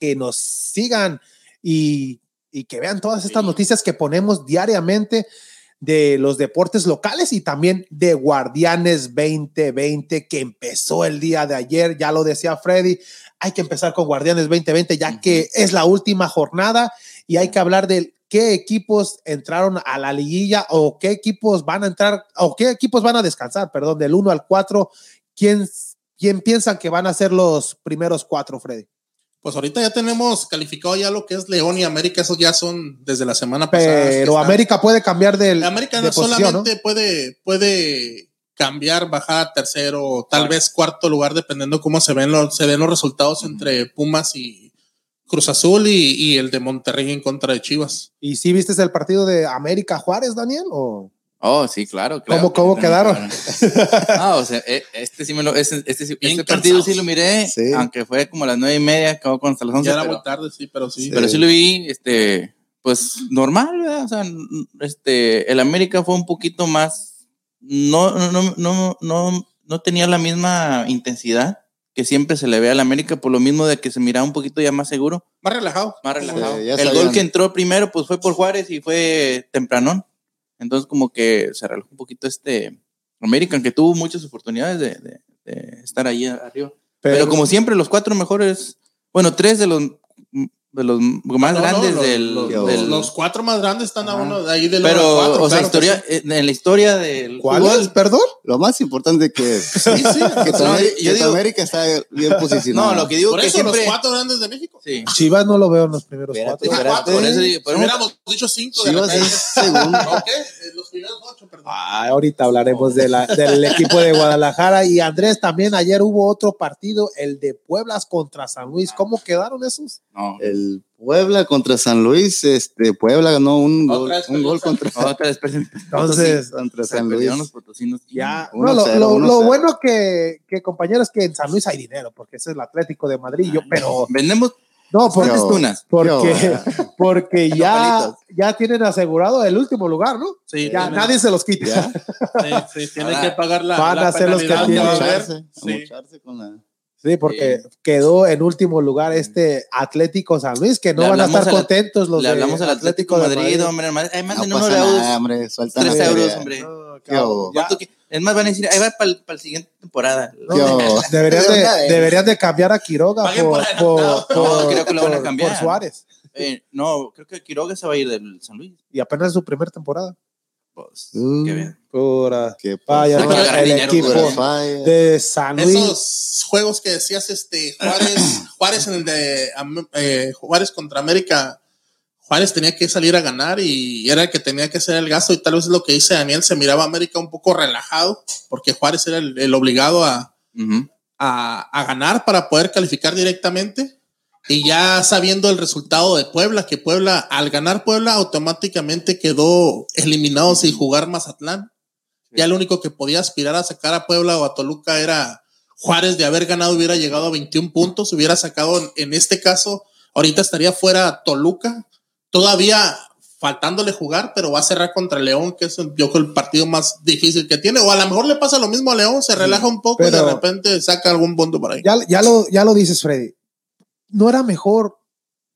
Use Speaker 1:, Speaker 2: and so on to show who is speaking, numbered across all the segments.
Speaker 1: que nos sigan y, y que vean todas estas sí. noticias que ponemos diariamente de los deportes locales y también de Guardianes 2020 que empezó el día de ayer, ya lo decía Freddy, hay que empezar con Guardianes 2020 ya uh -huh. que es la última jornada y hay que hablar de qué equipos entraron a la liguilla o qué equipos van a entrar o qué equipos van a descansar, perdón, del 1 al 4, quién, quién piensan que van a ser los primeros cuatro, Freddy.
Speaker 2: Pues ahorita ya tenemos calificado ya lo que es León y América, esos ya son desde la semana
Speaker 1: Pero pasada. Pero América puede cambiar del.
Speaker 2: América no de posición, solamente ¿no? puede, puede cambiar, bajar a tercero, tal vez cuarto lugar, dependiendo cómo se ven los, se den los resultados uh -huh. entre Pumas y Cruz Azul y, y, el de Monterrey en contra de Chivas.
Speaker 1: ¿Y si viste el partido de América Juárez, Daniel? O?
Speaker 3: Oh, sí, claro, claro.
Speaker 1: ¿Cómo, cómo quedaron?
Speaker 3: ah, o sea, este sí me lo, este, este, este partido sí lo miré, sí. aunque fue como a las nueve y media, acabó con hasta las once.
Speaker 2: Ya era pero, muy tarde, sí, pero sí. sí.
Speaker 3: Pero sí lo vi, este, pues normal, ¿verdad? O sea, este, el América fue un poquito más, no, no, no, no, no tenía la misma intensidad que siempre se le ve al América por lo mismo de que se miraba un poquito ya más seguro.
Speaker 2: Más relajado.
Speaker 3: Más relajado. Sí, el sabían. gol que entró primero pues fue por Juárez y fue tempranón. Entonces, como que se relajó un poquito este American, que tuvo muchas oportunidades de, de, de estar ahí arriba. Pero, Pero, como siempre, los cuatro mejores, bueno, tres de los de los más no, grandes
Speaker 2: no,
Speaker 3: los, del,
Speaker 2: los,
Speaker 3: del,
Speaker 2: los, cuatro más grandes están ah, a uno de ahí del
Speaker 3: pero cuatro, o sea claro historia sí. en la historia del
Speaker 1: ¿Cuál es, perdón
Speaker 4: lo más importante que es sí, sí, que, no, también, yo que digo, América está bien posicionado
Speaker 3: no lo que digo
Speaker 2: por
Speaker 3: que
Speaker 2: eso
Speaker 3: siempre,
Speaker 2: los cuatro grandes de México sí.
Speaker 1: Chivas no lo veo en los primeros
Speaker 2: Espérate, cuatro, cuatro por eso digo, hubiéramos dicho cinco de Chivas
Speaker 4: es segundo okay,
Speaker 2: Eh, los primeros ocho perdón
Speaker 1: ah, ahorita hablaremos de la, del equipo de Guadalajara y Andrés también ayer hubo otro partido el de Pueblas contra San Luis cómo quedaron esos
Speaker 4: no el Puebla contra San Luis, este Puebla ganó un gol, un gol contra,
Speaker 3: otra
Speaker 4: Entonces, contra San Luis.
Speaker 3: Los potosinos
Speaker 1: ya, no, lo, 0, lo, lo bueno que, que compañeros que en San Luis hay dinero, porque ese es el Atlético de Madrid, yo, pero
Speaker 3: vendemos
Speaker 1: no, porque, tunas. porque, yo. porque ya, ya tienen asegurado el último lugar, ¿no?
Speaker 2: Sí,
Speaker 1: ya tiene, nadie se los quita.
Speaker 2: Ya. Sí, sí, tiene que pagar la.
Speaker 1: Van
Speaker 2: la
Speaker 1: a ser los que tienen.
Speaker 4: Lucharse, sí. con la.
Speaker 1: Sí, porque sí. quedó en último lugar este Atlético San Luis, que no le van a estar contentos los
Speaker 3: Le hablamos al Atlético, Atlético de Madrid, Madrid. hombre, hermano. Además, no, no euros.
Speaker 4: hombre, suelta
Speaker 3: 3 euros, hombre. No, cabrón, es más, van a decir, ahí va para pa la siguiente temporada.
Speaker 1: No, deberían, de, deberían, de, cambiar a Quiroga por, por, no, por,
Speaker 3: creo que lo van a cambiar.
Speaker 1: por Suárez.
Speaker 3: Eh, no, creo que Quiroga se va a ir del San Luis.
Speaker 1: Y apenas es su primera temporada.
Speaker 3: Pues,
Speaker 1: Mm.
Speaker 3: uh, qué bien.
Speaker 1: Pura. Qué vaya, el dinero, equipo pura. de San Luis.
Speaker 2: Esos juegos que decías, este, Juárez, Juárez en el de eh, Juárez contra América. Juárez tenía que salir a ganar y era el que tenía que hacer el gasto. Y tal vez lo que dice Daniel, se miraba a América un poco relajado, porque Juárez era el, el obligado a, uh -huh. a, a ganar para poder calificar directamente. Y ya sabiendo el resultado de Puebla, que Puebla, al ganar Puebla, automáticamente quedó eliminado sin jugar Mazatlán. Ya lo único que podía aspirar a sacar a Puebla o a Toluca era Juárez de haber ganado, hubiera llegado a 21 puntos, hubiera sacado, en este caso, ahorita estaría fuera Toluca, todavía faltándole jugar, pero va a cerrar contra León, que es el, yo creo el partido más difícil que tiene, o a lo mejor le pasa lo mismo a León, se relaja un poco pero y de repente saca algún punto por ahí.
Speaker 1: Ya, ya, lo, ya lo dices, Freddy no era mejor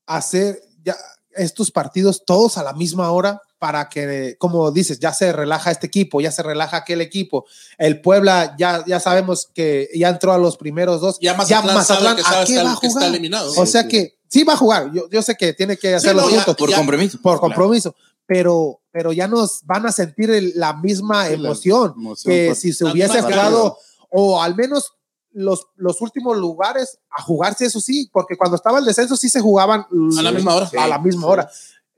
Speaker 1: hacer ya estos partidos todos a la misma hora para que, como dices, ya se relaja este equipo, ya se relaja aquel equipo. El Puebla ya, ya sabemos que ya entró a los primeros dos.
Speaker 2: Ya Mazatlán, ya Mazatlán sabe que, sabe va a que está eliminado.
Speaker 1: O sea que sí va a jugar. Yo, yo sé que tiene que hacerlo sí, no, juntos.
Speaker 3: por ya, compromiso.
Speaker 1: Por compromiso. Claro. Pero, pero ya nos van a sentir el, la misma sí, ah, emoción, la emoción, que por, si se hubiese jugado o al menos los, los, últimos lugares a jugarse, eso sí, porque cuando estaba el descenso sí se jugaban
Speaker 2: a la misma hora.
Speaker 1: a la misma sí. hora.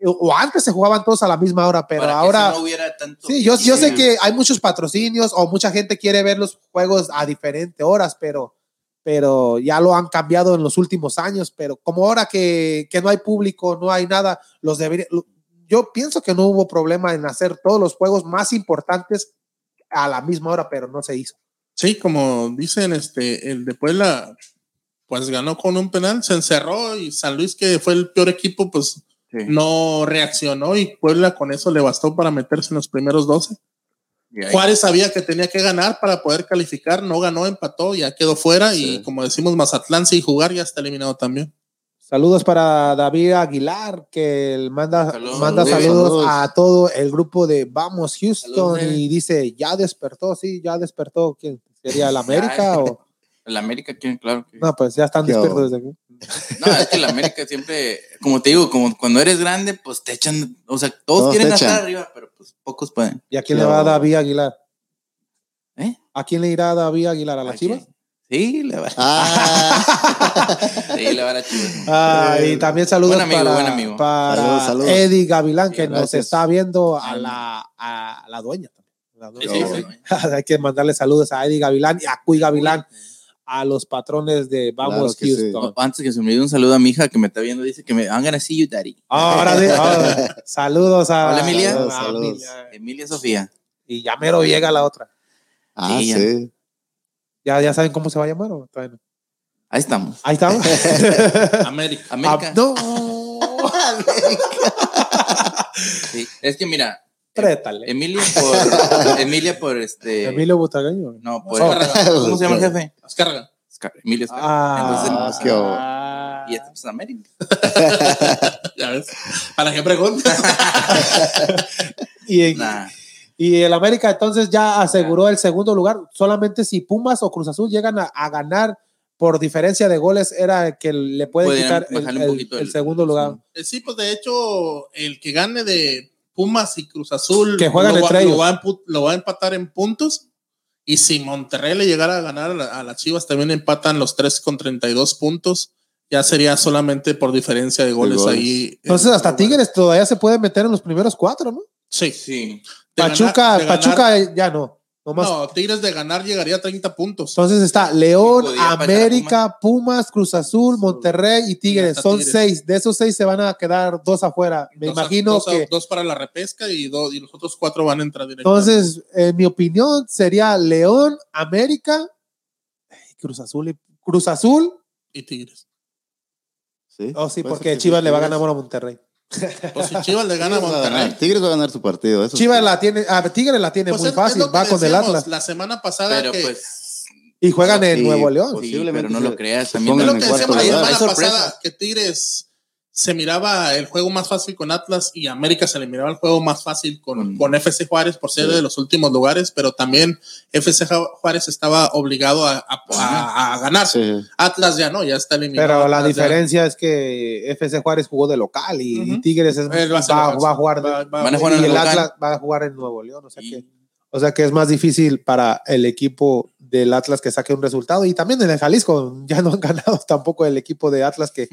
Speaker 1: O antes se jugaban todos a la misma hora, pero Para ahora.
Speaker 3: No hubiera tanto
Speaker 1: sí, yo, yo sé que hay muchos patrocinios o mucha gente quiere ver los juegos a diferentes horas, pero, pero ya lo han cambiado en los últimos años. Pero como ahora que, que no hay público, no hay nada, los debería, Yo pienso que no hubo problema en hacer todos los juegos más importantes a la misma hora, pero no se hizo.
Speaker 2: Sí, como dicen, este, el de Puebla, pues ganó con un penal, se encerró y San Luis, que fue el peor equipo, pues sí. no reaccionó y Puebla con eso le bastó para meterse en los primeros 12. Juárez sabía que tenía que ganar para poder calificar, no ganó, empató, ya quedó fuera sí. y como decimos, Mazatlán sin jugar ya está eliminado también.
Speaker 1: Saludos para David Aguilar, que él manda,
Speaker 3: Saludos,
Speaker 1: manda
Speaker 3: David.
Speaker 1: saludos,
Speaker 4: Saludos.
Speaker 1: a todo el grupo de Vamos Houston
Speaker 3: Saludos, David.
Speaker 1: y dice, ya despertó, sí, ya despertó. ¿Quién sería el América? o?
Speaker 3: El América, ¿quién? claro. Que... No.
Speaker 1: No, pues ya están
Speaker 4: Yo.
Speaker 1: despiertos desde aquí.
Speaker 3: es que el América siempre, como te digo, como cuando eres grande, pues te echan, o sea, todos,
Speaker 4: Todos
Speaker 3: quieren
Speaker 4: te
Speaker 3: estar
Speaker 4: echan.
Speaker 3: arriba, pero pues pocos pueden.
Speaker 1: ¿Y a quién
Speaker 4: Yo.
Speaker 1: le va David Aguilar?
Speaker 3: ¿Eh?
Speaker 1: ¿A quién le irá David Aguilar? ¿A las
Speaker 3: Ay,
Speaker 1: chivas?
Speaker 3: Sí, le va,
Speaker 4: Ah,
Speaker 3: sí, le va a la chivas.
Speaker 1: Ah, y también saludos
Speaker 3: Eh, Buen amigo,
Speaker 1: para,
Speaker 3: buen amigo.
Speaker 1: para
Speaker 4: Saludos, saludos.
Speaker 1: Eddie Gavilán, que
Speaker 3: Sí,
Speaker 1: nos
Speaker 4: gracias.
Speaker 1: está viendo a la, a la dueña. La
Speaker 3: Sí,
Speaker 1: dueña.
Speaker 3: sí, sí.
Speaker 1: Hay que mandarle saludos a Eddie Gavilán y a Cuy Gavilán, a los patrones de Vamos
Speaker 4: Claro que sí.
Speaker 1: Houston.
Speaker 3: Antes que se me olvide un saludo a mi hija que me está viendo, dice que me, I'm gonna see you, daddy.
Speaker 1: Ahora sí, ahora, saludos a,
Speaker 3: Hola, Emilia.
Speaker 1: a
Speaker 4: Saludos,
Speaker 1: Emilia.
Speaker 3: Emilia Sofía.
Speaker 1: Y ya mero llega la otra.
Speaker 4: ah,
Speaker 3: Sí, ya.
Speaker 4: sí.
Speaker 1: ¿Ya, ya saben cómo se va a llamar? ¿o todavía no?
Speaker 3: Ahí estamos.
Speaker 1: Ahí estamos.
Speaker 2: América.
Speaker 1: Ah,
Speaker 3: América.
Speaker 1: no,
Speaker 3: Sí. Es que mira,
Speaker 1: prétale.
Speaker 3: Emilia por, Emilia por este.
Speaker 1: Emilio Butagaño.
Speaker 3: No, por.
Speaker 2: Oscar,
Speaker 3: ¿Cómo se
Speaker 4: Pues,
Speaker 3: llama el jefe?
Speaker 2: Oscar,
Speaker 3: Oscar, Emilio Oscar.
Speaker 1: Ah,
Speaker 3: Entonces,
Speaker 4: qué bobo.
Speaker 1: ah.
Speaker 3: y este es América.
Speaker 2: ya ves. ¿Para qué preguntas?
Speaker 1: Y en-
Speaker 3: Nah.
Speaker 1: Y el América entonces ya aseguró el segundo lugar. Solamente si Pumas o Cruz Azul llegan a, a ganar por diferencia de goles, era el que le puede
Speaker 3: Pueden
Speaker 1: quitar el,
Speaker 3: bajarle un
Speaker 1: el-
Speaker 3: poquito
Speaker 1: el
Speaker 3: el-
Speaker 1: segundo lugar.
Speaker 2: Eh, Sí, pues de hecho, el que gane de Pumas y Cruz Azul
Speaker 1: Que juegan
Speaker 2: lo, va,
Speaker 1: entre
Speaker 2: lo
Speaker 1: ellos.
Speaker 2: va a empu- lo va a empatar en puntos. Y si Monterrey le llegara a ganar a la- a las Chivas, también empatan los tres con 32 puntos. Ya sería solamente por diferencia de goles,
Speaker 4: goles.
Speaker 2: ahí.
Speaker 1: Entonces
Speaker 2: eh,
Speaker 1: hasta
Speaker 2: lugar.
Speaker 1: Tigres todavía se puede meter en los primeros cuatro, ¿no?
Speaker 2: Sí.
Speaker 3: Sí.
Speaker 2: De
Speaker 1: Pachuca,
Speaker 2: ganar- de ganar-
Speaker 1: Pachuca eh, ya no. nomás.
Speaker 2: no, Tigres de ganar llegaría a 30 puntos.
Speaker 1: Entonces está León,
Speaker 3: Y podía pasar a
Speaker 1: América, Pumas, Cruz Azul, Monterrey y Tigres.
Speaker 2: hasta
Speaker 1: Son
Speaker 2: Tigres.
Speaker 1: seis. De esos seis se van a quedar dos afuera. Me
Speaker 2: Dos a-
Speaker 1: imagino
Speaker 2: dos a-
Speaker 1: que
Speaker 2: Dos para la repesca y, dos, y los otros cuatro van a entrar directamente.
Speaker 1: Entonces, en mi opinión, sería León, América, ay, Cruz Azul, y- Cruz Azul.
Speaker 2: Y Tigres.
Speaker 4: sí.
Speaker 1: Oh, sí,
Speaker 4: Pues es
Speaker 1: porque
Speaker 4: que
Speaker 1: Chivas le va a
Speaker 4: Tigres-
Speaker 1: ganar a Monterrey.
Speaker 2: Pues si Chivas le gana a
Speaker 4: Tigres va a
Speaker 2: Monterrey.
Speaker 4: ganar. Tigres va a ganar su partido. Eso
Speaker 1: Chivas la tiene, a Tigre la tiene
Speaker 2: Pues
Speaker 1: muy
Speaker 2: es- es
Speaker 1: fácil,
Speaker 2: lo que
Speaker 1: va con el
Speaker 2: decíamos
Speaker 1: Atlas
Speaker 2: La semana pasada
Speaker 3: Pero
Speaker 2: que.
Speaker 3: pues.
Speaker 1: y juegan en
Speaker 4: Sí,
Speaker 1: Nuevo León.
Speaker 4: pues,
Speaker 3: sí,
Speaker 4: Posiblemente
Speaker 3: pero no lo
Speaker 4: se-
Speaker 3: creas.
Speaker 4: se
Speaker 3: También
Speaker 2: es
Speaker 4: pongan en
Speaker 2: lo
Speaker 3: hay
Speaker 2: que
Speaker 4: el cuarto
Speaker 2: decíamos la
Speaker 4: lugar.
Speaker 2: semana
Speaker 3: sorpresas.
Speaker 2: pasada, que Tigres se miraba el juego más fácil con Atlas y América se le miraba el juego más fácil con,
Speaker 3: Con-
Speaker 2: con FC Juárez por ser
Speaker 4: Sí.
Speaker 2: de los últimos lugares, pero también FC Ju- Juárez estaba obligado a, a- a- a ganar.
Speaker 4: Sí.
Speaker 2: Atlas ya no, ya está eliminado.
Speaker 1: Pero la
Speaker 2: Atlas ya-
Speaker 1: diferencia es que FC Juárez jugó de local y, y
Speaker 2: Ujú.
Speaker 1: Tigres es-
Speaker 2: Él va a ser
Speaker 1: va,
Speaker 2: local.
Speaker 1: va a jugar de-
Speaker 2: Va- va-
Speaker 3: Van a jugar
Speaker 1: y
Speaker 3: en el
Speaker 1: el
Speaker 3: local.
Speaker 1: Atlas va a jugar en Nuevo León, o sea que
Speaker 3: Y-
Speaker 1: o sea que es más difícil para el equipo del Atlas que saque un resultado y también en el Jalisco ya no han ganado tampoco el equipo de Atlas que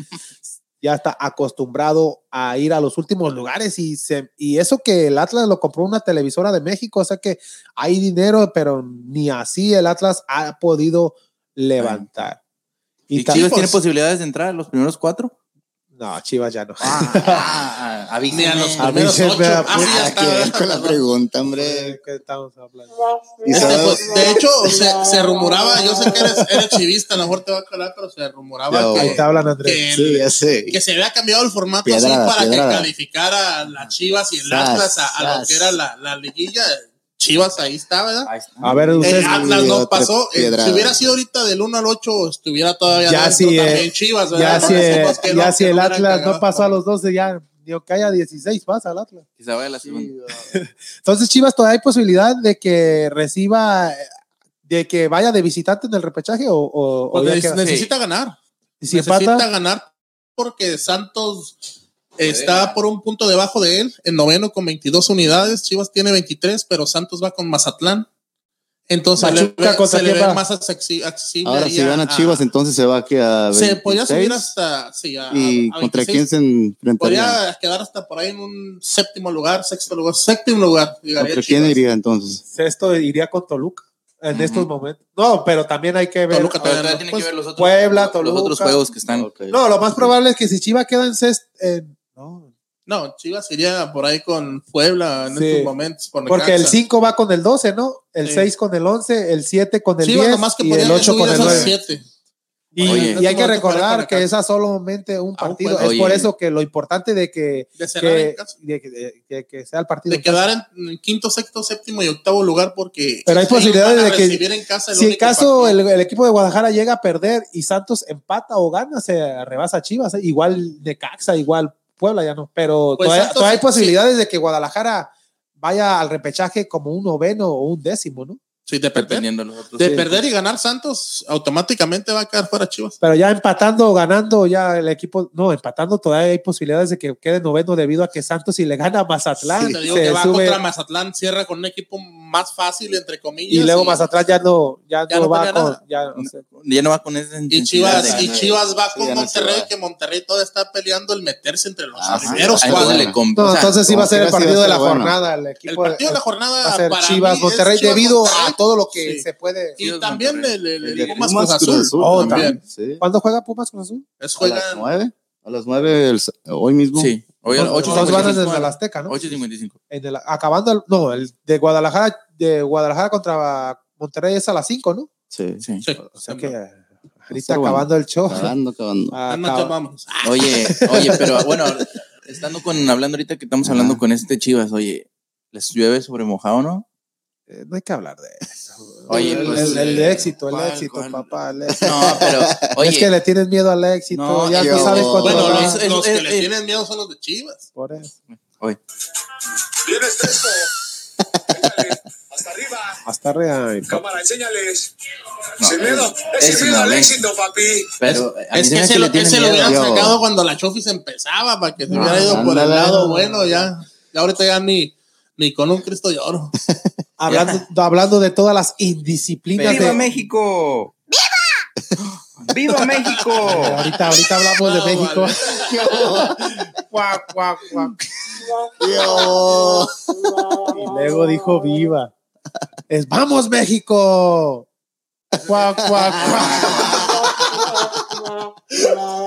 Speaker 1: ya está acostumbrado a ir a los últimos lugares y, se, y eso que el Atlas lo compró una televisora de México, o sea que hay dinero, pero ni así el Atlas ha podido levantar.
Speaker 3: ¿Y,
Speaker 1: Y,
Speaker 3: Chivas
Speaker 1: también
Speaker 3: tiene posibilidades de entrar a los primeros cuatro?
Speaker 1: No, Chivas ya no.
Speaker 3: Ah, ah, ah,
Speaker 2: Ni a los
Speaker 1: A mí
Speaker 2: primeros
Speaker 1: se me
Speaker 2: ocho.
Speaker 1: da
Speaker 2: Ah, sí, ya
Speaker 4: Nada que
Speaker 2: está.
Speaker 4: ver pues, con la pregunta, hombre.
Speaker 1: ¿De qué estamos hablando?
Speaker 4: Y
Speaker 2: Este,
Speaker 4: sabes-
Speaker 2: pues, de hecho, se, se rumoraba, yo sé que eres, eres chivista, a lo mejor te va a colar, pero se rumoraba
Speaker 4: Ya,
Speaker 1: Ahí
Speaker 2: que,
Speaker 1: te hablan, Andrés.
Speaker 2: que el-
Speaker 4: Sí, ya sé.
Speaker 2: que se había cambiado el formato
Speaker 4: Piedrada,
Speaker 2: así para que
Speaker 4: piedrada.
Speaker 2: calificara a las Chivas y el
Speaker 4: Sas,
Speaker 2: Atlas a, a lo
Speaker 4: sas.
Speaker 2: que era la, la liguilla. Chivas ahí está, ¿verdad?
Speaker 3: Ahí está.
Speaker 1: A ver, ustedes
Speaker 2: El Atlas
Speaker 4: otra
Speaker 2: no pasó. Eh,
Speaker 4: piedrada.
Speaker 2: Si hubiera sido ahorita del 1 al 8, estuviera todavía
Speaker 1: Ya
Speaker 2: dentro
Speaker 1: si, eh,
Speaker 2: también Chivas,
Speaker 1: Ya
Speaker 2: ¿verdad?
Speaker 1: si,
Speaker 2: Ahora
Speaker 1: eh,
Speaker 2: decimos que
Speaker 1: ya
Speaker 2: no,
Speaker 1: si
Speaker 2: que
Speaker 1: el
Speaker 2: no hubieran
Speaker 1: Atlas no
Speaker 2: cagado.
Speaker 1: pasó a los 12, ya digo que haya 16, pasa al Atlas.
Speaker 3: Que se vaya a la segunda.
Speaker 1: Entonces, Chivas, ¿todavía hay posibilidad de que reciba, eh, de que vaya de visitante en el repechaje o, o- o
Speaker 2: Pues
Speaker 1: ya
Speaker 2: neces-
Speaker 1: queda?
Speaker 2: necesita ganar.
Speaker 1: Y si
Speaker 2: necesita
Speaker 1: empata,
Speaker 2: ganar porque Santos
Speaker 3: ganar.
Speaker 2: está por un punto debajo de él, en noveno con 22 unidades, Chivas tiene 23, pero Santos va con Mazatlán. Entonces se le
Speaker 1: Pachuca
Speaker 2: ve-
Speaker 1: contra
Speaker 2: se le
Speaker 1: quién
Speaker 2: ve
Speaker 1: va?
Speaker 2: más accesi- accesible.
Speaker 4: Ahora
Speaker 2: ahí
Speaker 4: si gana Chivas, entonces se va aquí a
Speaker 2: se podría subir
Speaker 4: 26.
Speaker 2: hasta sí, a-
Speaker 4: ¿Y
Speaker 2: a
Speaker 4: contra
Speaker 2: 26.
Speaker 4: quién se enfrentaría?
Speaker 2: Podría quedar hasta por ahí en un séptimo lugar, sexto lugar, séptimo lugar. llegaría
Speaker 4: ¿Contra quién
Speaker 2: Chivas.
Speaker 4: iría entonces?
Speaker 1: sexto pues, iría con Toluca en
Speaker 3: Ujú.
Speaker 1: estos momentos. No, pero también hay que ver.
Speaker 2: Toluca
Speaker 3: Pero
Speaker 2: todavía
Speaker 3: todavía
Speaker 2: no.
Speaker 3: tiene
Speaker 2: Pues,
Speaker 3: que ver los otros,
Speaker 1: Puebla,
Speaker 3: los otros
Speaker 1: Toluca.
Speaker 3: juegos que están.
Speaker 1: No, lo más probable es que si Chivas queda en sexto. en- no,
Speaker 2: No, Chivas iría por ahí con Puebla en
Speaker 1: Sí.
Speaker 2: estos momentos. por
Speaker 1: porque el
Speaker 2: Necaxa.
Speaker 1: 5 va con el 12, ¿no? El
Speaker 2: Sí.
Speaker 1: 6 con el 11, el 7 con el
Speaker 2: Chivas
Speaker 1: 10
Speaker 2: nomás que
Speaker 1: y el
Speaker 2: podrían
Speaker 1: 8
Speaker 2: subir
Speaker 1: con el
Speaker 2: hasta
Speaker 1: 9.
Speaker 2: siete.
Speaker 1: Y,
Speaker 3: Oye.
Speaker 1: y hay que
Speaker 2: No te
Speaker 1: recordar
Speaker 2: puedes
Speaker 1: que
Speaker 2: conectar.
Speaker 1: esa es solamente un
Speaker 2: Aún
Speaker 1: partido.
Speaker 3: puedes.
Speaker 1: es por
Speaker 3: Oye.
Speaker 1: eso que lo importante de que,
Speaker 2: De cerrar en
Speaker 1: que,
Speaker 2: casa.
Speaker 1: de que- de- de que sea el partido.
Speaker 2: De quedar en, en quinto, sexto, séptimo y octavo lugar porque.
Speaker 1: Pero hay
Speaker 2: ellos
Speaker 1: posibilidades
Speaker 2: van a
Speaker 1: de que-
Speaker 2: recibir en casa el
Speaker 1: si en
Speaker 2: único
Speaker 1: caso
Speaker 2: partido.
Speaker 1: el, el equipo de Guadalajara llega a perder y Santos empata o gana, se rebasa a Chivas. eh. Igual de Caxa, igual Puebla ya no. Pero
Speaker 2: Pues
Speaker 1: todavía,
Speaker 2: Santos
Speaker 1: todavía hay
Speaker 2: sí-
Speaker 1: posibilidades de que Guadalajara vaya al repechaje como un noveno o un décimo, ¿no?
Speaker 2: Sí, de perder.
Speaker 3: dependiendo de los otros.
Speaker 2: De
Speaker 1: Sí.
Speaker 2: perder y ganar Santos, automáticamente va a quedar fuera Chivas.
Speaker 1: Pero ya empatando o ganando, ya el equipo, no, empatando todavía hay posibilidades de que quede noveno debido a que Santos si le gana a Mazatlán,
Speaker 2: Ah, Te digo
Speaker 1: se
Speaker 2: que va
Speaker 1: sube
Speaker 2: contra Mazatlán, cierra con un equipo más fácil, entre comillas.
Speaker 1: y luego Mazatlán ya no, ya,
Speaker 2: Ya
Speaker 1: no,
Speaker 2: no
Speaker 1: va
Speaker 2: tenía
Speaker 1: con,
Speaker 2: nada.
Speaker 1: ya, o sea,
Speaker 3: Ya no va con esa
Speaker 2: Y
Speaker 3: intensidad
Speaker 2: Chivas,
Speaker 3: de
Speaker 2: y
Speaker 3: ganar.
Speaker 2: Chivas va con
Speaker 4: ya no se
Speaker 2: Monterrey,
Speaker 4: va.
Speaker 2: que Monterrey todavía está peleando el meterse entre los
Speaker 4: Ajá.
Speaker 2: primeros
Speaker 3: Ah, Ahí
Speaker 2: cuatro.
Speaker 4: Juan.
Speaker 3: le comp-
Speaker 1: no,
Speaker 3: o sea,
Speaker 1: entonces sí va a ser el
Speaker 4: Chivas sí
Speaker 1: partido
Speaker 4: va a
Speaker 1: de la
Speaker 4: ser bueno.
Speaker 1: jornada, el
Speaker 2: El
Speaker 1: equipo
Speaker 2: partido de
Speaker 1: va
Speaker 2: la
Speaker 1: a
Speaker 2: jornada
Speaker 1: ser
Speaker 2: para mí
Speaker 1: Chivas
Speaker 2: es
Speaker 1: Monterrey
Speaker 2: Chivas
Speaker 1: debido
Speaker 2: Monterrey.
Speaker 1: a todo lo que
Speaker 2: Sí.
Speaker 1: se puede.
Speaker 2: Y
Speaker 3: Chivas
Speaker 2: también
Speaker 3: Monterrey.
Speaker 2: el, el,
Speaker 4: El
Speaker 2: el
Speaker 4: de
Speaker 2: Pumas
Speaker 4: Pumas
Speaker 2: Cruz Azul.
Speaker 1: Oh,
Speaker 2: también.
Speaker 4: Sí.
Speaker 1: ¿Cuándo juega Pumas con Azul?
Speaker 2: Es
Speaker 4: A las
Speaker 2: juegan
Speaker 4: nueve. A las nueve el s- hoy mismo.
Speaker 3: Sí, hoy a las
Speaker 1: Los dos van desde la Azteca, ¿no?
Speaker 3: 8.55.
Speaker 1: En el- acabando, el- no, el de Guadalajara, de Guadalajara contra Monterrey es a las 5, ¿no?
Speaker 4: Sí.
Speaker 3: Sí.
Speaker 2: Sí.
Speaker 1: O sea que ahorita
Speaker 4: Está bueno.
Speaker 1: acabando el show.
Speaker 4: Acabando, acabando.
Speaker 2: Ah, no,
Speaker 1: acaba-
Speaker 2: ya vamos.
Speaker 3: Oye, oye, pero bueno, estando con, hablando ahorita que estamos hablando
Speaker 4: Ajá.
Speaker 3: con este Chivas, oye, ¿les llueve sobre mojado no?
Speaker 1: Eh, no hay que hablar de eso.
Speaker 3: Oye,
Speaker 1: el,
Speaker 3: pues,
Speaker 1: el- el
Speaker 2: eh,
Speaker 1: éxito, el
Speaker 3: ¿cuál,
Speaker 1: éxito,
Speaker 3: cuál?
Speaker 1: papá. el éxito.
Speaker 3: No, pero, oye,
Speaker 1: es que le tienes miedo al éxito,
Speaker 3: No,
Speaker 1: ya
Speaker 4: yo-
Speaker 1: no sabes cuánto
Speaker 2: Bueno,
Speaker 1: va.
Speaker 2: los,
Speaker 3: es-
Speaker 2: los
Speaker 3: es-
Speaker 2: que le
Speaker 3: es-
Speaker 2: tienen miedo son los de Chivas.
Speaker 1: Por eso.
Speaker 5: ¿Tienes esto? Échale. Hasta arriba.
Speaker 1: Hasta arriba.
Speaker 5: Cámara, enséñales.
Speaker 3: No,
Speaker 5: sin miedo.
Speaker 3: es-
Speaker 5: Es,
Speaker 3: es
Speaker 5: sin miedo al
Speaker 3: una
Speaker 5: éxito, papi.
Speaker 3: pero a mí
Speaker 2: Es
Speaker 3: se me
Speaker 2: que
Speaker 3: hace
Speaker 2: ese lo,
Speaker 3: le tienen
Speaker 2: ese lo
Speaker 3: miedo.
Speaker 2: hubieran
Speaker 4: Yo.
Speaker 2: sacado cuando la Chofis empezaba, para que se hubiera
Speaker 4: Ah,
Speaker 2: ido por el
Speaker 4: ándale.
Speaker 2: lado bueno ya. Ya ahorita ya ni, ni con un Cristo lloro.
Speaker 1: Hablando, hablando de todas las indisciplinas
Speaker 6: ¡Viva
Speaker 1: de.
Speaker 6: México! ¡Viva! ¡Viva México!
Speaker 1: Ahorita, ahorita hablamos
Speaker 2: No,
Speaker 1: de México.
Speaker 2: vale.
Speaker 1: Cuac, cuac, cuac.
Speaker 4: Yo.
Speaker 1: Y luego dijo viva. Es vamos México. Cuac, cuac, cuac.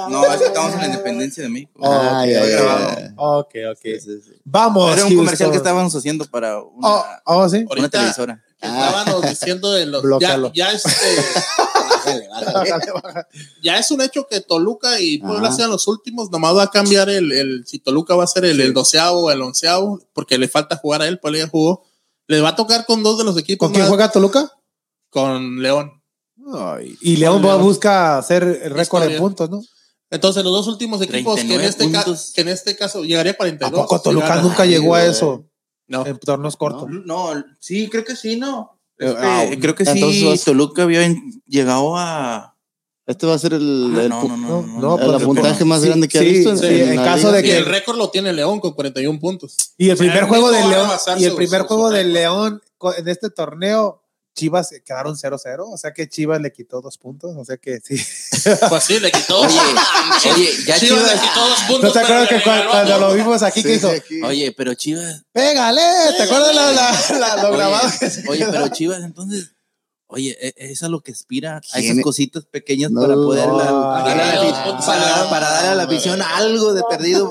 Speaker 3: No, es que estamos en la independencia de México.
Speaker 1: Oh,
Speaker 4: Ay,
Speaker 1: ok,
Speaker 4: ay,
Speaker 1: ok.
Speaker 4: ay.
Speaker 1: Ok, ok.
Speaker 4: Sí, sí, sí.
Speaker 1: Vamos.
Speaker 3: Era un comercial
Speaker 1: Houston.
Speaker 3: que estábamos haciendo para una,
Speaker 1: Oh, oh, sí.
Speaker 3: una
Speaker 2: Ahorita
Speaker 3: televisora.
Speaker 2: estábamos diciendo de los. Ya,
Speaker 1: Blócalo.
Speaker 2: ya, este,
Speaker 4: Bájale, bájale.
Speaker 2: ya es un hecho que Toluca y Puebla
Speaker 4: Ajá.
Speaker 2: sean los últimos. Nomás va a cambiar el. el si Toluca va a ser el, el doceavo o el onceavo, porque le falta jugar a él, Puebla ya jugó. Le va a tocar con dos de los equipos.
Speaker 1: ¿Con quién
Speaker 2: más-
Speaker 1: juega Toluca?
Speaker 2: Con León.
Speaker 1: Y León
Speaker 2: León.
Speaker 1: busca hacer el récord en
Speaker 2: Historia.
Speaker 1: puntos, ¿no?
Speaker 2: Entonces, los dos últimos equipos que en,
Speaker 3: 39
Speaker 2: este ca-
Speaker 3: puntos.
Speaker 2: que en este caso llegaría a 42.
Speaker 1: ¿A poco
Speaker 2: si
Speaker 1: Toluca
Speaker 2: gana.
Speaker 1: nunca
Speaker 4: Ay,
Speaker 1: llegó a
Speaker 4: güey.
Speaker 1: eso
Speaker 2: No.
Speaker 1: en torneos cortos?
Speaker 3: No, sí, creo que sí, ¿no?
Speaker 4: Eh,
Speaker 3: Este,
Speaker 4: ah,
Speaker 3: creo que sí,
Speaker 4: entonces vas-
Speaker 3: Toluca había en- llegado a...
Speaker 4: Este va a ser el,
Speaker 3: Ah,
Speaker 4: el
Speaker 3: no,
Speaker 4: pu-
Speaker 1: no,
Speaker 3: no, no, no,
Speaker 1: no,
Speaker 3: no,
Speaker 1: pues,
Speaker 3: creo
Speaker 4: el
Speaker 3: que
Speaker 4: apuntaje
Speaker 3: no.
Speaker 4: más
Speaker 1: Sí,
Speaker 4: grande que ha
Speaker 1: sí,
Speaker 4: visto. en-
Speaker 1: sí,
Speaker 4: en
Speaker 1: en
Speaker 4: la
Speaker 1: caso
Speaker 4: liga.
Speaker 1: de
Speaker 2: Y
Speaker 1: que-
Speaker 2: el récord lo tiene León con 41 puntos.
Speaker 1: Y el primer
Speaker 2: Ya,
Speaker 1: juego
Speaker 2: no
Speaker 1: de
Speaker 2: van a
Speaker 1: León
Speaker 2: basar
Speaker 1: y el
Speaker 2: su-
Speaker 1: primer
Speaker 2: su-
Speaker 1: juego
Speaker 2: su-
Speaker 1: de León co- en este torneo Chivas quedaron 0-0, o sea que Chivas le quitó dos puntos, o sea que sí.
Speaker 2: Pues sí, le quitó.
Speaker 3: Oye, oye, ya
Speaker 2: Chivas le
Speaker 3: Chivas...
Speaker 2: quitó dos puntos.
Speaker 1: ¿No te
Speaker 2: pero
Speaker 1: acuerdas
Speaker 2: le
Speaker 1: que cuando,
Speaker 2: regaló
Speaker 1: cuando lo
Speaker 2: dos.
Speaker 1: vimos aquí
Speaker 4: Sí,
Speaker 1: que hizo?
Speaker 4: sí, aquí.
Speaker 3: Oye, pero Chivas...
Speaker 1: Pégale, ¿te acuerdas la, la- la- lo
Speaker 3: Oye,
Speaker 1: grabado que se
Speaker 3: Oye,
Speaker 1: quedó?
Speaker 3: pero Chivas, entonces, oye, e- es a lo que aspira, a
Speaker 4: ¿Quién
Speaker 3: esas
Speaker 4: es?
Speaker 3: cositas pequeñas
Speaker 4: No, Ah.
Speaker 3: para poder
Speaker 1: no,
Speaker 3: la-
Speaker 1: no,
Speaker 3: darle a la
Speaker 2: no,
Speaker 3: afic-
Speaker 2: no,
Speaker 3: para,
Speaker 2: no,
Speaker 3: para darle a la afición algo de perdido.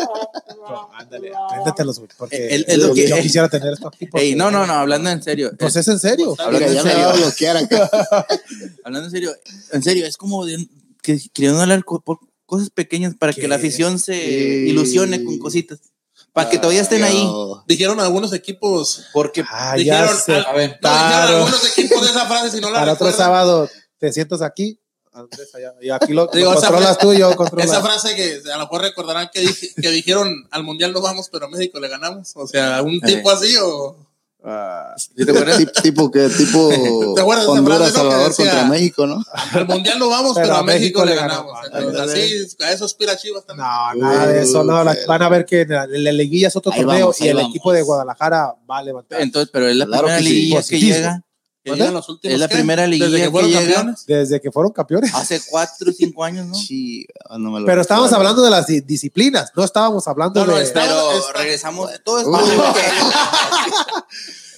Speaker 1: No, ándale, apréndatelos, güey, porque
Speaker 3: Eh, el- el lo
Speaker 1: yo-
Speaker 3: que-
Speaker 1: yo
Speaker 3: eh.
Speaker 1: quisiera tener esto aquí. porque-
Speaker 3: Ey, no, no, no, hablando en serio.
Speaker 1: Pues es en serio.
Speaker 4: Mira,
Speaker 3: hablando,
Speaker 4: ya
Speaker 3: en
Speaker 4: me va a
Speaker 3: serio
Speaker 4: bloquear acá.
Speaker 3: hablando en serio, en serio, es como de- que queriendo hablar co- por cosas pequeñas para
Speaker 1: ¿Qué?
Speaker 3: que la afición se
Speaker 4: Sí.
Speaker 3: ilusione con cositas, para que todavía estén ahí,
Speaker 4: Yo.
Speaker 2: Dijeron algunos equipos.
Speaker 3: porque
Speaker 1: Ah, ya
Speaker 2: Dijeron,
Speaker 1: se
Speaker 2: al- No, dijeron
Speaker 1: aventaron.
Speaker 2: algunos equipos de esa frase si no la
Speaker 1: Para otro
Speaker 2: recuerdan.
Speaker 1: sábado te sientas aquí, Andrés allá, y aquí lo, lo
Speaker 2: Digo, esa
Speaker 1: controlas
Speaker 2: frase-
Speaker 1: tú y yo controlo.
Speaker 2: Esa frase que a lo mejor recordarán que, dije- que dijeron al mundial no vamos, pero a México le ganamos. O sea, un
Speaker 3: Eh.
Speaker 2: tipo así o.
Speaker 3: ¿sí te acuerdas?
Speaker 4: Tip- Tipo que tipo
Speaker 2: ¿Te acuerdas de esa
Speaker 4: Honduras,
Speaker 2: frase, no, que
Speaker 4: Salvador
Speaker 2: decía- Ah,
Speaker 4: contra México, ¿no?
Speaker 2: Al mundial no vamos, pero, a México, le ganamos.
Speaker 1: ganamos.
Speaker 2: Entonces, así, a eso aspira Chivas también.
Speaker 1: No, nada de eso. No, la- van a ver que la, la liguilla es otro
Speaker 4: Ahí
Speaker 1: torneo
Speaker 4: vamos,
Speaker 1: y
Speaker 4: ahí
Speaker 1: el
Speaker 4: vamos.
Speaker 1: equipo de Guadalajara va a levantar.
Speaker 3: Entonces, pero es la
Speaker 4: Claro
Speaker 3: primera
Speaker 4: que sí.
Speaker 3: liguilla que
Speaker 1: Positivo.
Speaker 3: llega,
Speaker 2: Que
Speaker 1: ¿Dónde?
Speaker 2: llegan los últimos,
Speaker 3: Es la
Speaker 2: ¿qué?
Speaker 3: primera
Speaker 2: Desde
Speaker 3: liguilla
Speaker 2: que
Speaker 3: que
Speaker 2: fueron
Speaker 3: llega.
Speaker 2: campeones.
Speaker 1: desde que fueron campeones.
Speaker 3: hace cuatro o cinco años, ¿no?
Speaker 4: Sí, ah, no me lo
Speaker 1: Pero estábamos
Speaker 4: recuerdo.
Speaker 1: hablando de las di- disciplinas, no estábamos hablando
Speaker 2: No, no,
Speaker 1: de.
Speaker 2: está-
Speaker 3: Pero
Speaker 2: Está- está-
Speaker 3: regresamos, todo es
Speaker 4: Uh.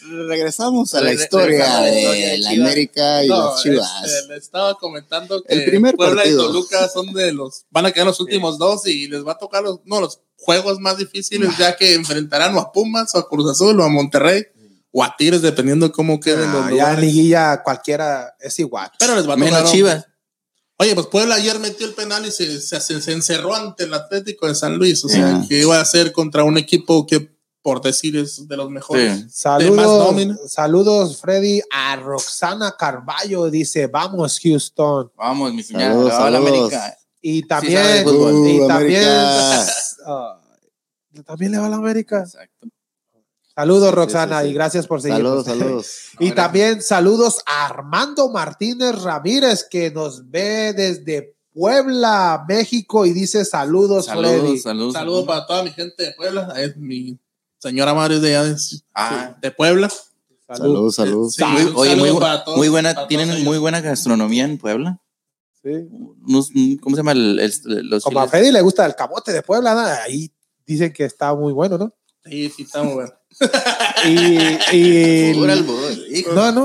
Speaker 4: Regresamos a la
Speaker 3: Re-
Speaker 4: historia
Speaker 3: regresamos a la historia
Speaker 4: de
Speaker 3: de
Speaker 4: la
Speaker 3: Chivas.
Speaker 4: América y
Speaker 2: No,
Speaker 4: las Chivas.
Speaker 2: este, le estaba comentando que
Speaker 4: El primer
Speaker 2: Puebla
Speaker 4: partido.
Speaker 2: y Toluca son de los van a quedar los últimos dos y les va a tocar los no los juegos más difíciles ya que enfrentarán o a Pumas o a Cruz Azul o a Monterrey o a Tigres dependiendo cómo queden
Speaker 1: Ah,
Speaker 2: los
Speaker 1: ya en
Speaker 2: lugares.
Speaker 1: liguilla cualquiera es igual.
Speaker 2: Pero les va a tocar
Speaker 3: menos
Speaker 2: un-
Speaker 3: Chivas.
Speaker 2: Oye, pues Puebla ayer metió el penal y se, se- se- se encerró ante el Atlético de San Luis. O sea,
Speaker 4: Yeah.
Speaker 2: que iba a ser contra un equipo que, por decir, es de los mejores.
Speaker 3: Sí.
Speaker 1: Saludos,
Speaker 2: nómina.
Speaker 1: saludos, Freddy. A Roxana Carballo dice: Vamos, Houston.
Speaker 3: Vamos, mi cuñada.
Speaker 4: Saludos,
Speaker 3: Ahora la
Speaker 4: saludos.
Speaker 3: América.
Speaker 1: Y
Speaker 3: sabe de
Speaker 1: también.
Speaker 3: fútbol.
Speaker 1: y
Speaker 4: Uh,
Speaker 1: también.
Speaker 4: América.
Speaker 1: ah, también le va a la América.
Speaker 3: Exacto.
Speaker 1: Saludos,
Speaker 4: Sí,
Speaker 1: Roxana,
Speaker 4: sí, sí.
Speaker 1: y gracias por seguir.
Speaker 4: Saludos,
Speaker 2: pues,
Speaker 4: saludos.
Speaker 1: Y
Speaker 3: Ahora-
Speaker 1: también saludos a Armando Martínez Ramírez, que nos ve desde Puebla, México, y dice saludos, Freddy.
Speaker 3: Saludos, eh, saludos.
Speaker 2: Un saludo para toda mi gente de Puebla. Es mi señora madre de, allá de,
Speaker 3: Ah.
Speaker 2: de Puebla.
Speaker 4: Saludos, saludos.
Speaker 2: Sí,
Speaker 3: Muy-
Speaker 2: un
Speaker 3: oye,
Speaker 2: saludo
Speaker 3: muy, bu-
Speaker 2: para todos,
Speaker 3: muy
Speaker 2: para
Speaker 3: buena,
Speaker 2: todos
Speaker 3: tienen muy
Speaker 2: ellos.
Speaker 3: buena gastronomía en Puebla.
Speaker 1: Sí.
Speaker 3: Unos- ¿Cómo se llama? el- el- los
Speaker 1: Como a
Speaker 3: chiles?
Speaker 1: Freddy le gusta el camote de Puebla, nada, ahí dicen que está muy bueno, ¿no?
Speaker 2: Sí, sí, está muy bueno.
Speaker 1: Y, y-
Speaker 4: Puro albur, hijo.
Speaker 1: no, no,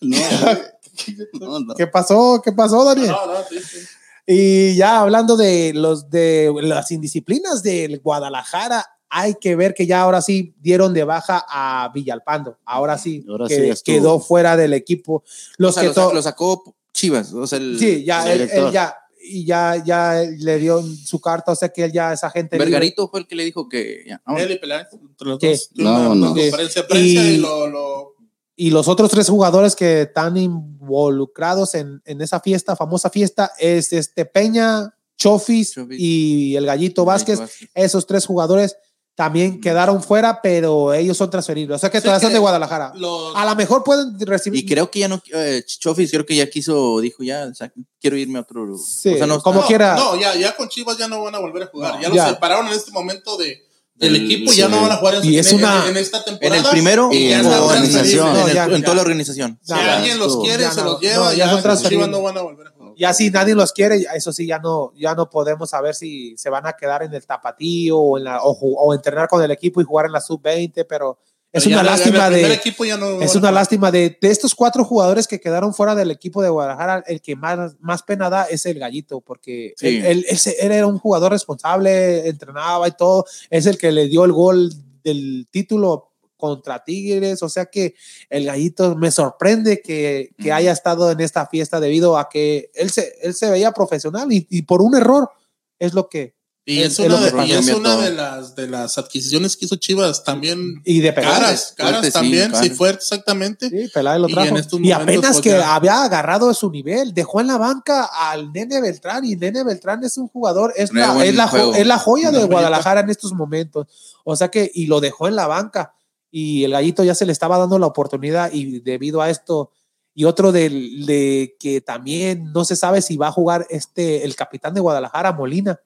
Speaker 4: No, no, no.
Speaker 1: ¿qué pasó? ¿Qué pasó, Daniel?
Speaker 2: No, no, sí, sí.
Speaker 1: Y ya hablando de los de las indisciplinas del Guadalajara, hay que ver que ya ahora sí dieron de baja a Villalpando. Ahora sí,
Speaker 4: Ahora
Speaker 1: que
Speaker 4: sí ya estuvo.
Speaker 1: quedó fuera del equipo.
Speaker 3: O
Speaker 1: Los
Speaker 3: sea,
Speaker 1: que
Speaker 3: lo,
Speaker 1: to-
Speaker 3: sa- lo sacó Chivas. O sea, el,
Speaker 1: sí, ya
Speaker 4: el
Speaker 1: él, él
Speaker 4: director.
Speaker 1: ya y ya ya le dio su carta, o sea que él ya esa gente
Speaker 3: Vergarito fue el que le dijo que. ya, vámonos.
Speaker 2: Él y Peláez, entre los
Speaker 1: Sí.
Speaker 2: dos. Tuvo
Speaker 4: No,
Speaker 2: una
Speaker 4: no.
Speaker 2: Conferencia de prensa y,
Speaker 1: Y-
Speaker 2: lo, lo-
Speaker 1: y los otros tres jugadores que están involucrados en, en esa fiesta, famosa fiesta es este Peña, Chofis
Speaker 3: Chofis.
Speaker 1: y el Gallito Vázquez. esos tres jugadores también quedaron fuera, pero ellos son transferibles. O sea que
Speaker 2: Sí,
Speaker 1: todavía
Speaker 2: que-
Speaker 1: son de Guadalajara.
Speaker 2: lo-
Speaker 1: A lo mejor pueden recibir.
Speaker 3: Y creo que ya no. Eh, Chofis, creo que ya quiso, dijo ya, o sea, quiero irme a otro.
Speaker 1: Sí,
Speaker 3: o sea, no,
Speaker 1: como
Speaker 3: no,
Speaker 1: que- quiera.
Speaker 2: No, ya, ya con Chivas ya no van a volver a jugar. ya,
Speaker 1: ya.
Speaker 2: lo separaron en este momento de, del
Speaker 3: Del-
Speaker 2: equipo. Ya
Speaker 4: sí.
Speaker 2: no van a jugar en,
Speaker 1: Y
Speaker 2: en-
Speaker 1: es una-
Speaker 2: en- en esta
Speaker 3: En
Speaker 2: temporada.
Speaker 3: el primero
Speaker 4: Y
Speaker 3: o
Speaker 4: en
Speaker 3: en,
Speaker 4: la
Speaker 3: el-
Speaker 4: organización.
Speaker 3: en el-
Speaker 1: No, ya,
Speaker 3: en toda
Speaker 1: ya.
Speaker 3: la organización.
Speaker 2: Si
Speaker 1: Ya, ya
Speaker 2: alguien los
Speaker 4: estuvo.
Speaker 2: quiere,
Speaker 1: Ya
Speaker 2: se
Speaker 1: no,
Speaker 2: los lleva.
Speaker 1: no, ya
Speaker 2: ya
Speaker 1: son
Speaker 2: en
Speaker 1: transferibles.
Speaker 2: Chivas no van a volver a jugar.
Speaker 1: Ya si nadie los quiere, eso sí, ya no, ya no podemos saber si se van a quedar en el tapatío o, en la, o, ju- o entrenar con el equipo y jugar en la sub-20, pero es
Speaker 2: Pero ya
Speaker 1: una
Speaker 2: la-
Speaker 1: lástima
Speaker 2: el
Speaker 1: de...
Speaker 2: primer equipo ya no
Speaker 1: Es
Speaker 2: van a
Speaker 1: una
Speaker 2: jugar.
Speaker 1: lástima de, de estos cuatro jugadores que quedaron fuera del equipo de Guadalajara, el que más, más pena da es el gallito, porque
Speaker 3: Sí.
Speaker 1: él, él- él se- él era un jugador responsable, entrenaba y todo, es el que le dio el gol del título contra Tigres, o sea que el gallito me sorprende que, que
Speaker 3: Ujú.
Speaker 1: haya estado en esta fiesta debido a que él se, él se veía profesional y, y por un error es lo que...
Speaker 2: Y
Speaker 1: El-
Speaker 2: es
Speaker 1: el
Speaker 2: una,
Speaker 1: hombre
Speaker 2: de, y es
Speaker 3: cambia
Speaker 2: una
Speaker 3: todo.
Speaker 2: de las de las adquisiciones que hizo Chivas también
Speaker 1: Y de pegar.
Speaker 2: caras, caras
Speaker 3: Fuertes, sí,
Speaker 2: también, sí,
Speaker 3: caras.
Speaker 2: fuerte, exactamente.
Speaker 1: Sí, Peláez lo
Speaker 2: Y
Speaker 1: trajo.
Speaker 2: en
Speaker 1: Y,
Speaker 2: estos momentos,
Speaker 1: apenas
Speaker 2: pues,
Speaker 1: que
Speaker 2: ya.
Speaker 1: había agarrado su nivel, dejó en la banca al Nene Beltrán. Y Nene Beltrán es un jugador, es,
Speaker 3: Trae
Speaker 1: la,
Speaker 3: buen
Speaker 1: es, la, jo-
Speaker 3: juego.
Speaker 1: es la joya
Speaker 2: Una
Speaker 1: de
Speaker 2: joyita.
Speaker 1: Guadalajara en estos momentos. O sea que, y lo dejó en la banca. Y el gallito ya se le estaba dando la oportunidad. Y debido a esto, y otro del, de que también no se sabe si va a jugar este, el capitán de Guadalajara, Molina,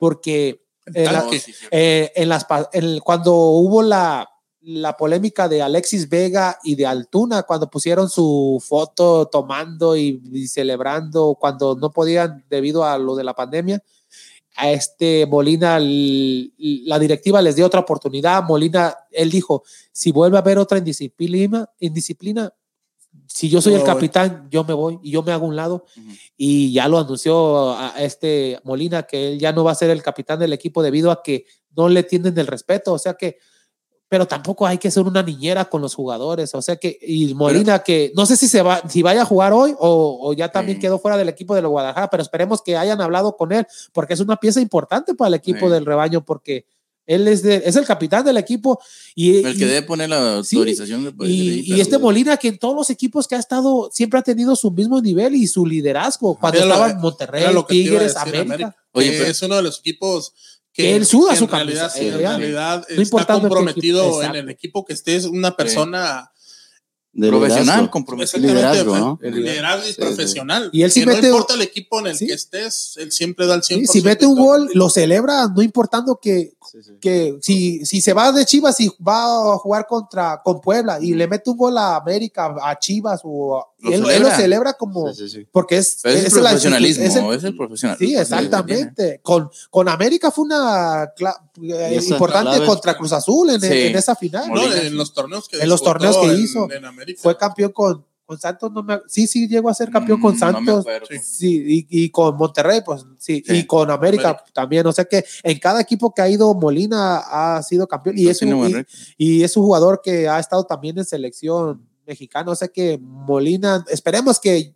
Speaker 1: porque. eh, la-
Speaker 2: Tanque.
Speaker 3: sí, sí.
Speaker 1: eh, en las, pa- en- cuando hubo la, la polémica de Alexis Vega y de Altuna, cuando pusieron su foto tomando y, y celebrando cuando no podían debido a lo de la pandemia, a este Molina, l- la directiva les dio otra oportunidad. Molina, él dijo, si vuelve a haber otra indisciplina, indisciplina si yo soy
Speaker 2: No,
Speaker 1: el
Speaker 2: voy.
Speaker 1: capitán, yo me voy y yo me hago a un lado
Speaker 3: Ujú.
Speaker 1: y ya lo anunció a a este Molina que él ya no va a ser el capitán del equipo debido a que no le tienden el respeto, o sea que pero tampoco hay que ser una niñera con los jugadores, o sea que y Molina que no sé si se va si vaya a jugar hoy o, o ya también
Speaker 3: Sí.
Speaker 1: quedó fuera del equipo de la Guadalajara, pero esperemos que hayan hablado con él porque es una pieza importante para el equipo
Speaker 3: Sí.
Speaker 1: del rebaño porque él es, de- es el capitán del equipo y,
Speaker 3: El
Speaker 1: y-
Speaker 3: que debe pues, poner la
Speaker 1: Sí,
Speaker 3: autorización. de poder
Speaker 1: y,
Speaker 3: ir ahí,
Speaker 1: y este
Speaker 3: pero-
Speaker 1: Molina, que en todos los equipos que ha estado, siempre ha tenido su mismo nivel y su liderazgo. Cuando
Speaker 2: Era lo-
Speaker 1: estaba en Monterrey,
Speaker 2: era lo que te iba a
Speaker 1: Tigres,
Speaker 2: decir,
Speaker 1: América.
Speaker 2: América.
Speaker 3: Oye,
Speaker 2: Eh,
Speaker 3: pero-
Speaker 2: es uno de los equipos que,
Speaker 1: Que él suda
Speaker 2: que
Speaker 1: su
Speaker 2: en realidad,
Speaker 1: camisa,
Speaker 2: en
Speaker 3: eh, ya.
Speaker 2: realidad
Speaker 1: importando
Speaker 2: está
Speaker 1: en qué
Speaker 2: comprometido
Speaker 1: equipo,
Speaker 2: en el
Speaker 1: exacto.
Speaker 2: equipo que estés, una persona
Speaker 4: De
Speaker 3: Profesional,
Speaker 4: liderazgo.
Speaker 3: comprometido.
Speaker 2: exactamente
Speaker 4: liderazgo,
Speaker 2: pues,
Speaker 4: ¿no?
Speaker 2: liderazgo y
Speaker 4: Sí,
Speaker 2: profesional.
Speaker 1: sí. Y él sí
Speaker 2: Que
Speaker 1: mete-
Speaker 2: no importa el equipo en el
Speaker 1: Sí.
Speaker 2: que estés, él siempre da el 100%.
Speaker 1: Sí, si mete un gol, lo celebra, no importando que, que si, si se va de Chivas y va a jugar contra con Puebla y le mete un gol a América, a Chivas, o a-
Speaker 3: Lo
Speaker 1: él, él
Speaker 3: celebra.
Speaker 1: lo celebra como.
Speaker 2: pues.
Speaker 4: Sí, sí, sí.
Speaker 1: Porque es,
Speaker 3: Pero es, el
Speaker 1: la actitud,
Speaker 3: profesionalismo.
Speaker 1: es el-
Speaker 3: es el profesionalismo.
Speaker 1: Sí,
Speaker 3: que tiene.
Speaker 1: exactamente. Con, con América fue una cla- eh,
Speaker 4: esa
Speaker 1: importante
Speaker 4: clave-
Speaker 1: contra Cruz Azul en,
Speaker 3: Sí.
Speaker 1: en esa final.
Speaker 2: No,
Speaker 3: Molina.
Speaker 2: en los torneos que
Speaker 1: En los
Speaker 2: disputó
Speaker 1: torneos que
Speaker 2: en-
Speaker 1: hizo.
Speaker 2: en América.
Speaker 1: Fue campeón con, con Santos. No me, sí, sí, llegó a ser campeón
Speaker 3: Mm,
Speaker 1: con
Speaker 3: No me
Speaker 1: Santos.
Speaker 3: acuerdo.
Speaker 1: sí, y, y con Monterrey, pues sí,
Speaker 3: Sí.
Speaker 1: y con América,
Speaker 2: América.
Speaker 1: también. O sea que en cada equipo que ha ido Molina ha sido campeón. Y
Speaker 3: No
Speaker 1: es,
Speaker 3: tiene
Speaker 1: un,
Speaker 3: buen
Speaker 1: y-
Speaker 3: récord.
Speaker 1: y es un jugador que ha estado también en selección mexicana. O sea que Molina, esperemos que,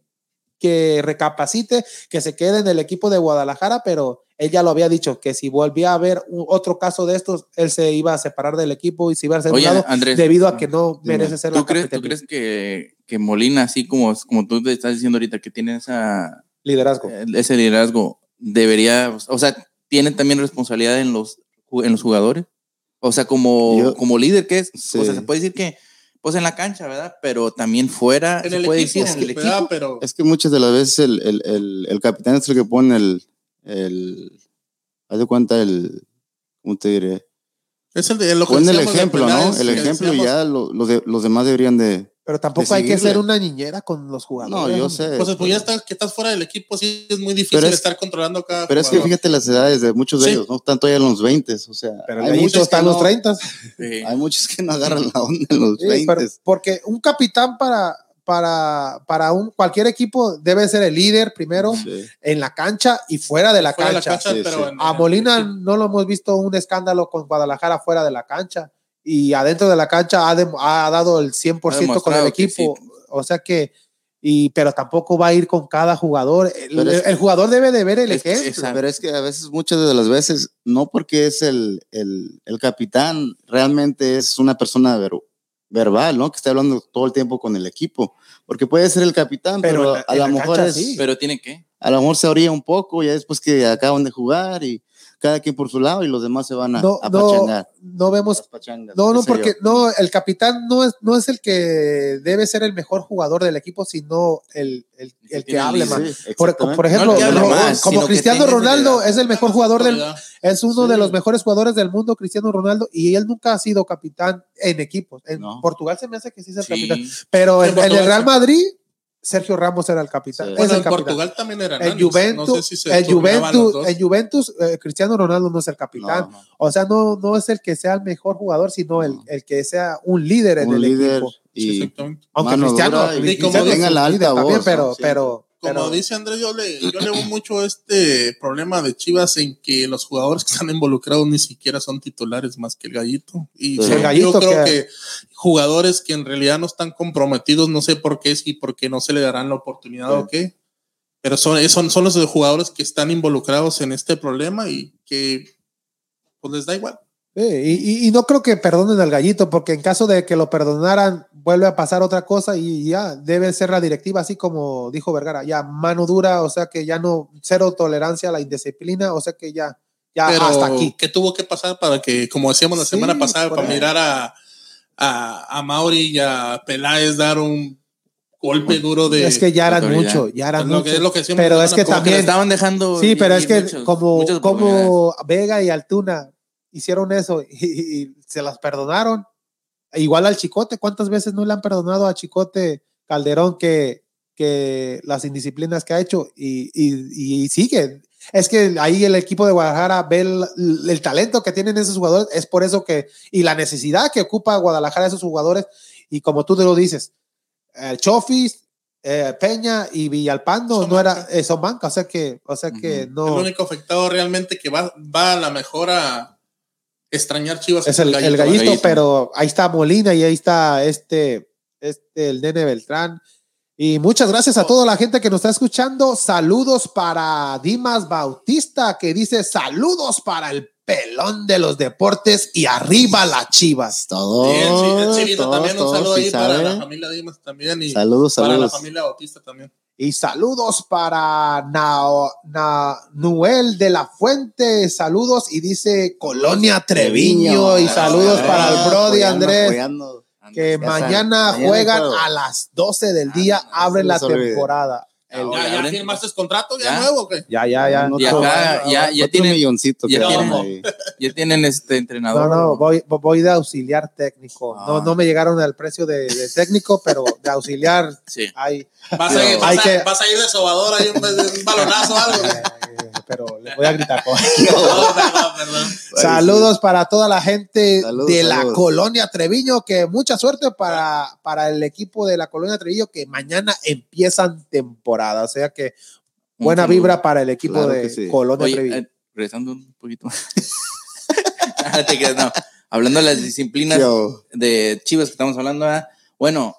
Speaker 1: que recapacite, que se quede en el equipo de Guadalajara, pero él ya lo había dicho, que si volvía a haber u- otro caso de estos, él se iba a separar del equipo y se iba a ser
Speaker 3: Oye,
Speaker 1: lado
Speaker 3: Andrés, ah.
Speaker 1: debido a que no merece ser la
Speaker 3: ¿tú crees, tú
Speaker 1: capital-
Speaker 3: crees que, que Molina, así como, como tú te estás diciendo ahorita, que tiene esa, eh,
Speaker 1: liderazgo.
Speaker 3: ese liderazgo, debería, o sea, tiene también responsabilidad en los, ju- en los jugadores? O sea, como,
Speaker 4: Yo-
Speaker 3: como líder que es, o sea,
Speaker 4: Sí.
Speaker 3: se puede decir que, pues en la cancha, ¿verdad? Pero también fuera,
Speaker 2: En
Speaker 3: se
Speaker 2: el
Speaker 3: puede
Speaker 2: equipo,
Speaker 3: decir, en el equipo.
Speaker 2: ¿verdad? Pero
Speaker 4: Es que muchas de las veces el, el, el, el capitán es el que pone el, el haz de cuenta el, ¿cómo te diré?
Speaker 2: es el de lo que
Speaker 4: Pone el
Speaker 2: decíamos de
Speaker 4: ejemplo, ¿no?
Speaker 2: penales,
Speaker 4: El
Speaker 2: que
Speaker 4: ejemplo y
Speaker 2: decíamos,
Speaker 4: ya lo- los, de- los demás deberían de...
Speaker 1: Pero tampoco hay que
Speaker 4: seguirle.
Speaker 1: ser una niñera con los
Speaker 4: No,
Speaker 1: jugadores.
Speaker 4: yo
Speaker 1: hombre.
Speaker 4: sé.
Speaker 2: Pues, pues ya estás, que estás fuera del equipo, sí es muy difícil
Speaker 4: Pero es-
Speaker 2: estar controlando cada
Speaker 4: Pero es que
Speaker 2: jugador.
Speaker 4: fíjate las edades de muchos de
Speaker 2: Sí.
Speaker 4: ellos, ¿no? Están todavía en los 20, o sea,
Speaker 1: Pero
Speaker 4: hay
Speaker 1: ahí
Speaker 4: muchos, que
Speaker 1: están los
Speaker 4: no-
Speaker 1: 30.
Speaker 3: Sí.
Speaker 4: hay muchos que no agarran la onda en los
Speaker 1: Sí,
Speaker 4: 20.
Speaker 1: pero- porque un capitán para, para, para un, cualquier equipo debe ser el líder primero
Speaker 4: Sí.
Speaker 1: en la cancha y fuera de la,
Speaker 2: Fuera de
Speaker 1: cancha.
Speaker 4: Sí, sí.
Speaker 2: pero en-
Speaker 1: A Ah, Molina no lo hemos visto un escándalo con Guadalajara fuera de la cancha y adentro de la cancha ha, dem- ha dado el 100% con el
Speaker 3: demostrado que
Speaker 1: equipo. O sea que, y, pero tampoco va a ir con cada jugador. El,
Speaker 4: Pero es-
Speaker 1: el jugador debe de ver el
Speaker 3: Es-
Speaker 1: ejemplo.
Speaker 3: esa-
Speaker 4: Pero es que a veces, muchas de las veces, no porque es el, el, el capitán, realmente es una persona ver- verbal, ¿no? Que está hablando todo el tiempo con el equipo. Porque puede ser el capitán,
Speaker 1: Pero
Speaker 4: pero,
Speaker 1: en la-
Speaker 4: a
Speaker 1: en
Speaker 4: lo
Speaker 1: la
Speaker 4: mejor
Speaker 1: cancha
Speaker 4: es-
Speaker 1: sí.
Speaker 3: Pero tiene que.
Speaker 4: a lo mejor se orilla un poco, ya después que acaban de jugar y cada quien por su lado y los demás se van a,
Speaker 1: No,
Speaker 4: a
Speaker 1: no,
Speaker 4: pachangar.
Speaker 1: no vemos
Speaker 4: Las pachangas,
Speaker 1: No,
Speaker 4: qué
Speaker 1: no,
Speaker 4: sé yo.
Speaker 1: porque no, el capitán no es, no es el que debe ser el mejor jugador del equipo, sino el, el,
Speaker 3: que
Speaker 1: el que
Speaker 3: tiene
Speaker 1: hable
Speaker 4: Sí,
Speaker 1: más.
Speaker 4: exactamente.
Speaker 1: Por, por ejemplo,
Speaker 3: No el que hable
Speaker 1: Ro-
Speaker 3: más, sino
Speaker 1: como
Speaker 3: que
Speaker 1: Cristiano
Speaker 3: tenga
Speaker 1: Ronaldo
Speaker 3: seriedad.
Speaker 1: es el mejor jugador del,
Speaker 2: autoridad.
Speaker 1: es uno
Speaker 4: Sí.
Speaker 1: de los mejores jugadores del mundo, Cristiano Ronaldo, y él nunca ha sido capitán en equipos. En
Speaker 4: No.
Speaker 1: Portugal se me hace que sí es el
Speaker 3: Sí.
Speaker 1: capitán, pero
Speaker 2: En
Speaker 1: en, en el
Speaker 2: Portugal
Speaker 1: Real
Speaker 2: sí.
Speaker 1: Madrid, Sergio Ramos era el capitán.
Speaker 4: Sí.
Speaker 1: es
Speaker 2: Bueno,
Speaker 1: el
Speaker 2: en
Speaker 1: capitán.
Speaker 2: Portugal también era
Speaker 1: En
Speaker 2: Hernández,
Speaker 1: Juventus,
Speaker 2: no sé si se
Speaker 1: en
Speaker 2: turnaban los
Speaker 1: Juventus,
Speaker 2: dos.
Speaker 1: en Juventus eh, Cristiano Ronaldo no es el capitán.
Speaker 4: No, no.
Speaker 1: O sea, no, no es el que sea el mejor jugador, sino el,
Speaker 4: No.
Speaker 1: el que sea un líder en
Speaker 4: Un
Speaker 1: el
Speaker 4: líder
Speaker 1: equipo.
Speaker 2: Sí,
Speaker 4: y
Speaker 2: exactamente.
Speaker 1: Aunque
Speaker 4: mano
Speaker 1: Cristiano,
Speaker 4: dura y
Speaker 1: Cristiano
Speaker 2: como
Speaker 1: es
Speaker 4: tenga
Speaker 1: un
Speaker 4: la
Speaker 1: líder
Speaker 4: alta
Speaker 1: también,
Speaker 4: voz,
Speaker 1: pero,
Speaker 4: ¿no? Sí.
Speaker 1: pero,
Speaker 2: Como
Speaker 1: pero-
Speaker 2: dice Andrés, yo le, yo le veo mucho este problema de Chivas en que los jugadores que están involucrados ni siquiera son titulares más que el gallito. Y
Speaker 4: Sí.
Speaker 2: son-
Speaker 1: El Gallito
Speaker 2: yo creo
Speaker 1: que-
Speaker 2: que... jugadores que en realidad no están comprometidos, no sé por qué, si porque no se le darán la oportunidad
Speaker 4: Sí.
Speaker 2: o qué. Pero son, eh, son, son los jugadores que están involucrados en este problema y que pues les da igual.
Speaker 1: Sí, y, y- y no creo que perdonen al gallito, porque en caso de que lo perdonaran, vuelve a pasar otra cosa y ya debe ser la directiva, así como dijo Vergara, ya mano dura, o sea que ya no, cero tolerancia a la indisciplina, o sea que ya, ya
Speaker 2: pero
Speaker 1: Ah, hasta aquí.
Speaker 2: ¿Qué tuvo que pasar para que, como decíamos la
Speaker 1: Sí,
Speaker 2: semana pasada,
Speaker 1: por
Speaker 2: para
Speaker 1: ahí.
Speaker 2: mirar a, a, a Mauri y a Peláez dar un golpe duro de.
Speaker 1: es que ya eran
Speaker 3: autoridad.
Speaker 1: mucho, ya eran
Speaker 2: lo
Speaker 1: mucho.
Speaker 2: que, es lo que decíamos
Speaker 1: pero
Speaker 2: la
Speaker 1: es
Speaker 2: semana
Speaker 1: que
Speaker 2: pasada.
Speaker 3: Como que le
Speaker 1: también-
Speaker 3: estaban dejando.
Speaker 1: Sí, pero
Speaker 3: ir
Speaker 1: es que
Speaker 3: muchos-
Speaker 1: como,
Speaker 3: muchas oportunidades.
Speaker 1: como Vega y Altuna hicieron eso y, y se las perdonaron, igual al Chicote, ¿cuántas veces no le han perdonado a Chicote Calderón que, que las indisciplinas que ha hecho y, y, y sigue? Es que ahí el equipo de Guadalajara ve el, el talento que tienen esos jugadores, es por eso que, y la necesidad que ocupa Guadalajara de esos jugadores, y como tú te lo dices, el Chofis, eh, Peña y Villalpando
Speaker 2: Son
Speaker 1: no era,
Speaker 2: banca.
Speaker 1: eh, son banca, o sea que, o sea que
Speaker 3: Ujú.
Speaker 1: no.
Speaker 2: El único afectado realmente que va, va a la mejora extrañar Chivas
Speaker 1: Es el, el gallito,
Speaker 3: el gallito.
Speaker 1: pero ahí está Molina y ahí está este, este, el nene Beltrán. Y muchas gracias a toda la gente que nos está escuchando. Saludos para Dimas Bautista, que dice saludos para el pelón de los deportes y arriba las chivas.
Speaker 4: todo,
Speaker 2: Sí, él sí- él sí vino
Speaker 4: todo,
Speaker 2: también un
Speaker 4: todo,
Speaker 2: saludo
Speaker 4: sí
Speaker 2: ahí para
Speaker 4: sabe.
Speaker 2: la familia Dimas también y
Speaker 4: Saludos,
Speaker 2: para la
Speaker 4: saludos.
Speaker 2: familia Bautista también.
Speaker 1: Y saludos para Nao- Na- Noel de la Fuente. Saludos y dice Colonia Treviño. Y
Speaker 4: Ah,
Speaker 1: saludos
Speaker 4: ah,
Speaker 1: para el Brody
Speaker 4: apoyando,
Speaker 1: Andrés.
Speaker 4: apoyando.
Speaker 1: Que
Speaker 4: Ya saben,
Speaker 1: mañana
Speaker 4: mañana
Speaker 1: juegan
Speaker 4: juego.
Speaker 1: a las 12 del día.
Speaker 3: Ah, no,
Speaker 1: Abre
Speaker 4: se
Speaker 1: la
Speaker 4: les olvide.
Speaker 1: temporada. El-
Speaker 3: Ahora,
Speaker 2: ¿Ya, ya
Speaker 3: ahora-
Speaker 2: firmaste el contrato? ¿Ya,
Speaker 3: Ya.
Speaker 2: nuevo? o qué?
Speaker 1: ya, ya, ya.
Speaker 4: No,
Speaker 3: Y
Speaker 4: otro-
Speaker 3: acá ya, ya
Speaker 4: otro
Speaker 3: tienen,
Speaker 4: milloncito
Speaker 3: ya
Speaker 4: que
Speaker 2: tienen-
Speaker 4: ganan ahí.
Speaker 3: ya tienen este
Speaker 1: No,
Speaker 3: entrenador.
Speaker 1: no, voy, voy de auxiliar técnico. No,
Speaker 4: Ah.
Speaker 1: no me llegaron al precio de, de técnico, pero de auxiliar
Speaker 3: Sí.
Speaker 1: hay.
Speaker 2: Vas, a ir,
Speaker 1: Hay
Speaker 2: vas, a,
Speaker 1: que-
Speaker 2: vas a ir de sobador ahí un, un balonazo o algo.
Speaker 1: eh, pero le voy a gritar. con-
Speaker 2: No, perdón, perdón.
Speaker 1: Saludos para toda la gente
Speaker 4: Saludos,
Speaker 1: de la
Speaker 4: saludos.
Speaker 1: colonia Treviño, que mucha suerte para, para el equipo de la colonia Treviño, que mañana empiezan temporada. O sea que
Speaker 3: Un
Speaker 1: buena
Speaker 3: saludo.
Speaker 1: vibra para el equipo
Speaker 4: Claro
Speaker 1: de
Speaker 4: que sí.
Speaker 1: colonia
Speaker 3: Oye,
Speaker 1: Treviño.
Speaker 3: eh, regresando un poquito más. Ah, te creas, no. Hablando de las disciplinas
Speaker 4: Yo,
Speaker 3: de Chivas que estamos hablando, ah, bueno,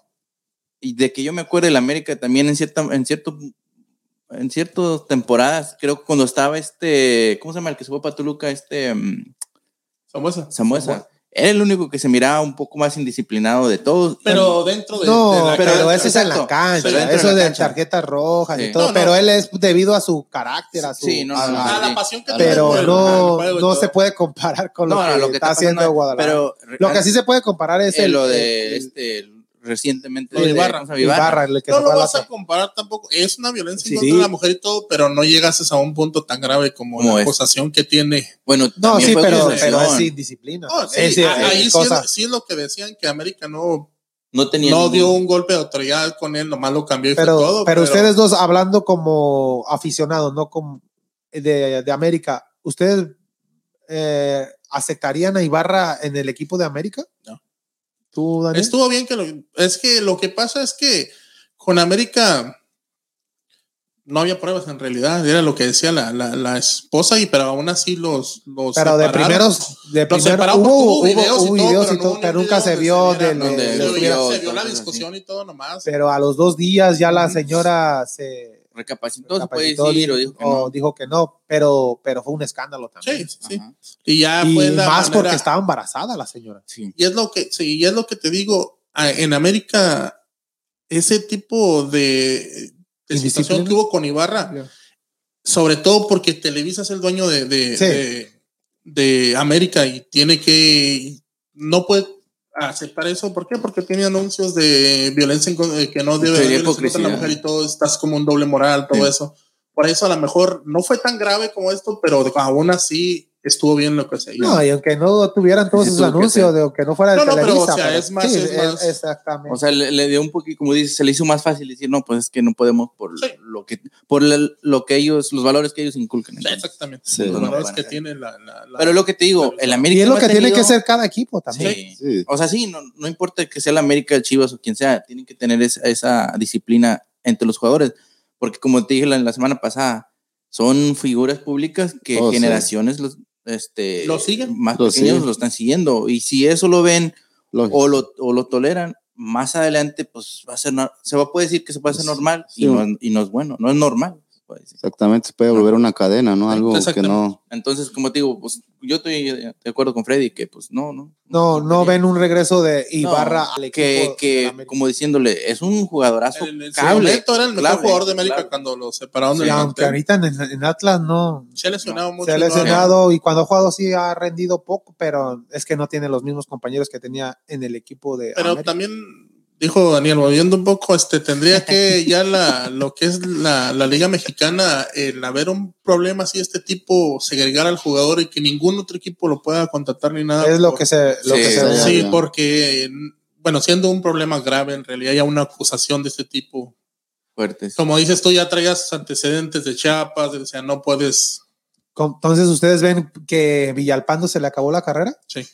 Speaker 3: y de que yo me acuerdo, el América también en, cierta, en cierto en ciertas temporadas, creo que cuando estaba este, ¿cómo se llama? El que se fue para Toluca, este mm,
Speaker 2: Samuesa.
Speaker 3: Samuesa. Era el único que se miraba un poco más indisciplinado de todos.
Speaker 2: Pero dentro de,
Speaker 1: No,
Speaker 2: de la
Speaker 1: pero,
Speaker 2: cancha.
Speaker 1: eso es en la
Speaker 3: exacto,
Speaker 1: cancha,
Speaker 3: pero dentro
Speaker 1: eso
Speaker 3: de la
Speaker 1: de
Speaker 3: cancha.
Speaker 1: tarjetas rojas
Speaker 3: Sí.
Speaker 1: y todo,
Speaker 2: No, no.
Speaker 1: pero él es debido a su carácter, a su...
Speaker 3: Sí, no, no,
Speaker 4: a
Speaker 3: no,
Speaker 2: Ah,
Speaker 3: sí.
Speaker 2: la pasión que
Speaker 4: Pero
Speaker 2: tenés por
Speaker 1: pero
Speaker 2: el-
Speaker 1: no,
Speaker 2: por el juego y
Speaker 1: no
Speaker 2: todo.
Speaker 1: se puede comparar con lo
Speaker 3: No,
Speaker 1: que,
Speaker 3: no, lo que
Speaker 1: está haciendo
Speaker 3: pasando es-
Speaker 1: Guadalajara.
Speaker 3: Pero
Speaker 1: lo que sí se puede comparar es
Speaker 3: es
Speaker 1: el,
Speaker 3: lo de
Speaker 1: el-
Speaker 3: este recientemente
Speaker 2: Lo de Ibarra.
Speaker 3: ¿cómo se
Speaker 1: el
Speaker 3: llama? Ibarra.
Speaker 1: Ibarra, el que
Speaker 2: No
Speaker 1: se
Speaker 2: lo
Speaker 1: fue a la-
Speaker 2: vas a comparar tampoco. Es una violencia
Speaker 1: Sí.
Speaker 2: contra la mujer y todo, pero no llegas a un punto tan grave como
Speaker 3: Como es.
Speaker 2: la acusación que tiene.
Speaker 3: Bueno,
Speaker 1: No,
Speaker 3: también
Speaker 1: sí,
Speaker 3: fue
Speaker 1: pero,
Speaker 3: acusación.
Speaker 1: pero es indisciplina.
Speaker 2: No, sí,
Speaker 1: Es- es-
Speaker 2: a- ahí
Speaker 1: es
Speaker 2: sí
Speaker 1: cosa.
Speaker 2: es, sí es lo que decían que América no,
Speaker 3: no tenía
Speaker 2: no
Speaker 3: ningún-
Speaker 2: dio un golpe de autoridad con él, nomás lo cambió y
Speaker 1: pero,
Speaker 2: fue todo.
Speaker 1: pero ustedes dos hablando como aficionados, no como de, de América, ¿ustedes eh, aceptarían a Ibarra en el equipo de América?
Speaker 2: No.
Speaker 1: ¿Tú, Daniel?
Speaker 2: Estuvo bien que lo, es que lo que pasa es que con América no había pruebas en realidad, era lo que decía la, la, la esposa, y pero aún así los, los
Speaker 1: pero de
Speaker 2: separaron.
Speaker 1: primeros, de
Speaker 2: Los
Speaker 1: primero-
Speaker 2: separaron porque
Speaker 1: hubo, hubo-
Speaker 2: videos
Speaker 1: hubo
Speaker 2: y todo,
Speaker 1: videos
Speaker 2: pero
Speaker 1: y todo,
Speaker 2: no
Speaker 1: pero
Speaker 2: hubo un
Speaker 1: nunca se
Speaker 2: video
Speaker 1: vio
Speaker 2: donde
Speaker 1: del-
Speaker 2: se viera,
Speaker 3: del-
Speaker 1: del-
Speaker 3: del-
Speaker 2: ¿no? Se vio-
Speaker 3: del-
Speaker 2: se vio la
Speaker 3: del-
Speaker 2: discusión y todo nomás.
Speaker 1: pero a los dos días ya la
Speaker 2: Ujú.
Speaker 1: señora se
Speaker 3: recapacitó, se puede
Speaker 1: capacitó,
Speaker 3: decir,
Speaker 1: di-
Speaker 3: o dijo que
Speaker 1: o
Speaker 3: no.
Speaker 1: dijo "Oh, que no, pero, pero fue un escándalo
Speaker 2: Sí,
Speaker 1: también.
Speaker 2: sí, sí.
Speaker 3: Ajá,
Speaker 2: Y ya
Speaker 1: y
Speaker 2: fue
Speaker 1: más
Speaker 2: la
Speaker 1: porque
Speaker 2: manera-
Speaker 1: estaba embarazada la señora.
Speaker 3: sí.
Speaker 2: Y es lo que, sí, y es lo que te digo, a- en América, ese tipo de, de situación
Speaker 1: Indisciplina.
Speaker 2: que hubo con Ibarra,
Speaker 1: Ya.
Speaker 2: sobre todo porque Televisa es el dueño de, de,
Speaker 1: Sí.
Speaker 2: de- de América y tiene que, no puede aceptar eso, ¿por qué? Porque tiene anuncios de violencia en con- eh, que no debe
Speaker 3: Sería
Speaker 2: haber violencia contra
Speaker 3: hipocresía.
Speaker 2: la mujer y todo, estás como un doble moral, todo
Speaker 3: Sí.
Speaker 2: eso. Por eso a lo mejor no fue tan grave como esto, pero aún así estuvo bien lo que se hizo.
Speaker 1: No, y aunque no tuvieran todos
Speaker 3: Sí,
Speaker 1: esos
Speaker 3: tuvo que
Speaker 1: anuncios,
Speaker 3: ser.
Speaker 1: de aunque no fuera de
Speaker 2: No, no, pero,
Speaker 1: Televisa,
Speaker 2: o sea, es más-
Speaker 1: sí,
Speaker 2: es más-
Speaker 1: exactamente.
Speaker 3: O sea, le, le dio un poquito, como dices, se le hizo más fácil decir, no, pues es que no podemos por
Speaker 2: Sí.
Speaker 3: lo que, por la- lo que ellos, los valores que ellos inculcan. entonces.
Speaker 2: Exactamente.
Speaker 4: Sí.
Speaker 2: Los
Speaker 3: No, no,
Speaker 2: valores
Speaker 3: bueno.
Speaker 2: que tiene Pues la, la- la-
Speaker 3: Pero es lo que te digo, el América.
Speaker 1: y es lo
Speaker 3: no ha
Speaker 1: que tiene
Speaker 3: tenido-
Speaker 1: que ser cada equipo también.
Speaker 3: Sí.
Speaker 4: Sí.
Speaker 3: O sea, sí, no, no importa que sea el América, el Chivas o quien sea, tienen que tener es- esa disciplina entre los jugadores. Porque como te dije la, la semana pasada, son figuras públicas que
Speaker 4: Oh, sí.
Speaker 3: generaciones los, este,
Speaker 2: Lo siguen.
Speaker 3: más
Speaker 4: Lo
Speaker 3: pequeños
Speaker 4: siguen.
Speaker 3: lo están siguiendo. Y si eso lo ven
Speaker 4: Lógico.
Speaker 3: o lo, o lo toleran, más adelante pues va a ser, no- se va a poder decir que se puede hacer
Speaker 1: Pues,
Speaker 4: Sí,
Speaker 3: normal
Speaker 4: sí.
Speaker 3: y, no, es- y no es bueno, no es normal. se puede decir.
Speaker 4: Exactamente, se puede volver una cadena, ¿no? Algo que
Speaker 2: Exactamente.
Speaker 4: no.
Speaker 3: Entonces, como te digo, pues yo estoy de acuerdo con Freddy que pues no, no.
Speaker 1: No, no
Speaker 3: debería.
Speaker 1: ven un regreso de Ibarra
Speaker 3: No,
Speaker 1: al
Speaker 3: que,
Speaker 1: equipo del
Speaker 3: que
Speaker 1: América.
Speaker 3: como diciéndole, es un jugadorazo
Speaker 2: en el
Speaker 3: cable.
Speaker 2: momento era el mejor
Speaker 3: clave,
Speaker 2: jugador de América
Speaker 3: clave.
Speaker 2: cuando lo separaron
Speaker 1: Y
Speaker 2: del
Speaker 1: aunque
Speaker 2: plantel.
Speaker 1: ahorita en, en Atlas no
Speaker 2: Se ha lesionado mucho.
Speaker 1: se ha
Speaker 2: y no-
Speaker 1: lesionado y cuando ha jugado sí ha rendido poco, pero es que no tiene los mismos compañeros que tenía en el equipo de
Speaker 2: pero
Speaker 1: América.
Speaker 2: también dijo Daniel, volviendo un poco, este tendría que ya la, lo que es la, la Liga Mexicana, el haber un problema así de este tipo, segregar al jugador y que ningún otro equipo lo pueda contratar ni nada.
Speaker 1: es lo
Speaker 2: por-
Speaker 1: que se lo
Speaker 3: Sí,
Speaker 1: que se
Speaker 4: sí,
Speaker 1: ve.
Speaker 2: Sí,
Speaker 4: ya.
Speaker 2: porque, bueno, siendo un problema grave, en realidad ya una acusación de este tipo
Speaker 3: Fuertes.
Speaker 2: como dices tú, ya traías antecedentes de Chiapas, o sea, no puedes.
Speaker 1: Com- Entonces ustedes ven que Villalpando se le acabó la carrera?
Speaker 2: Sí.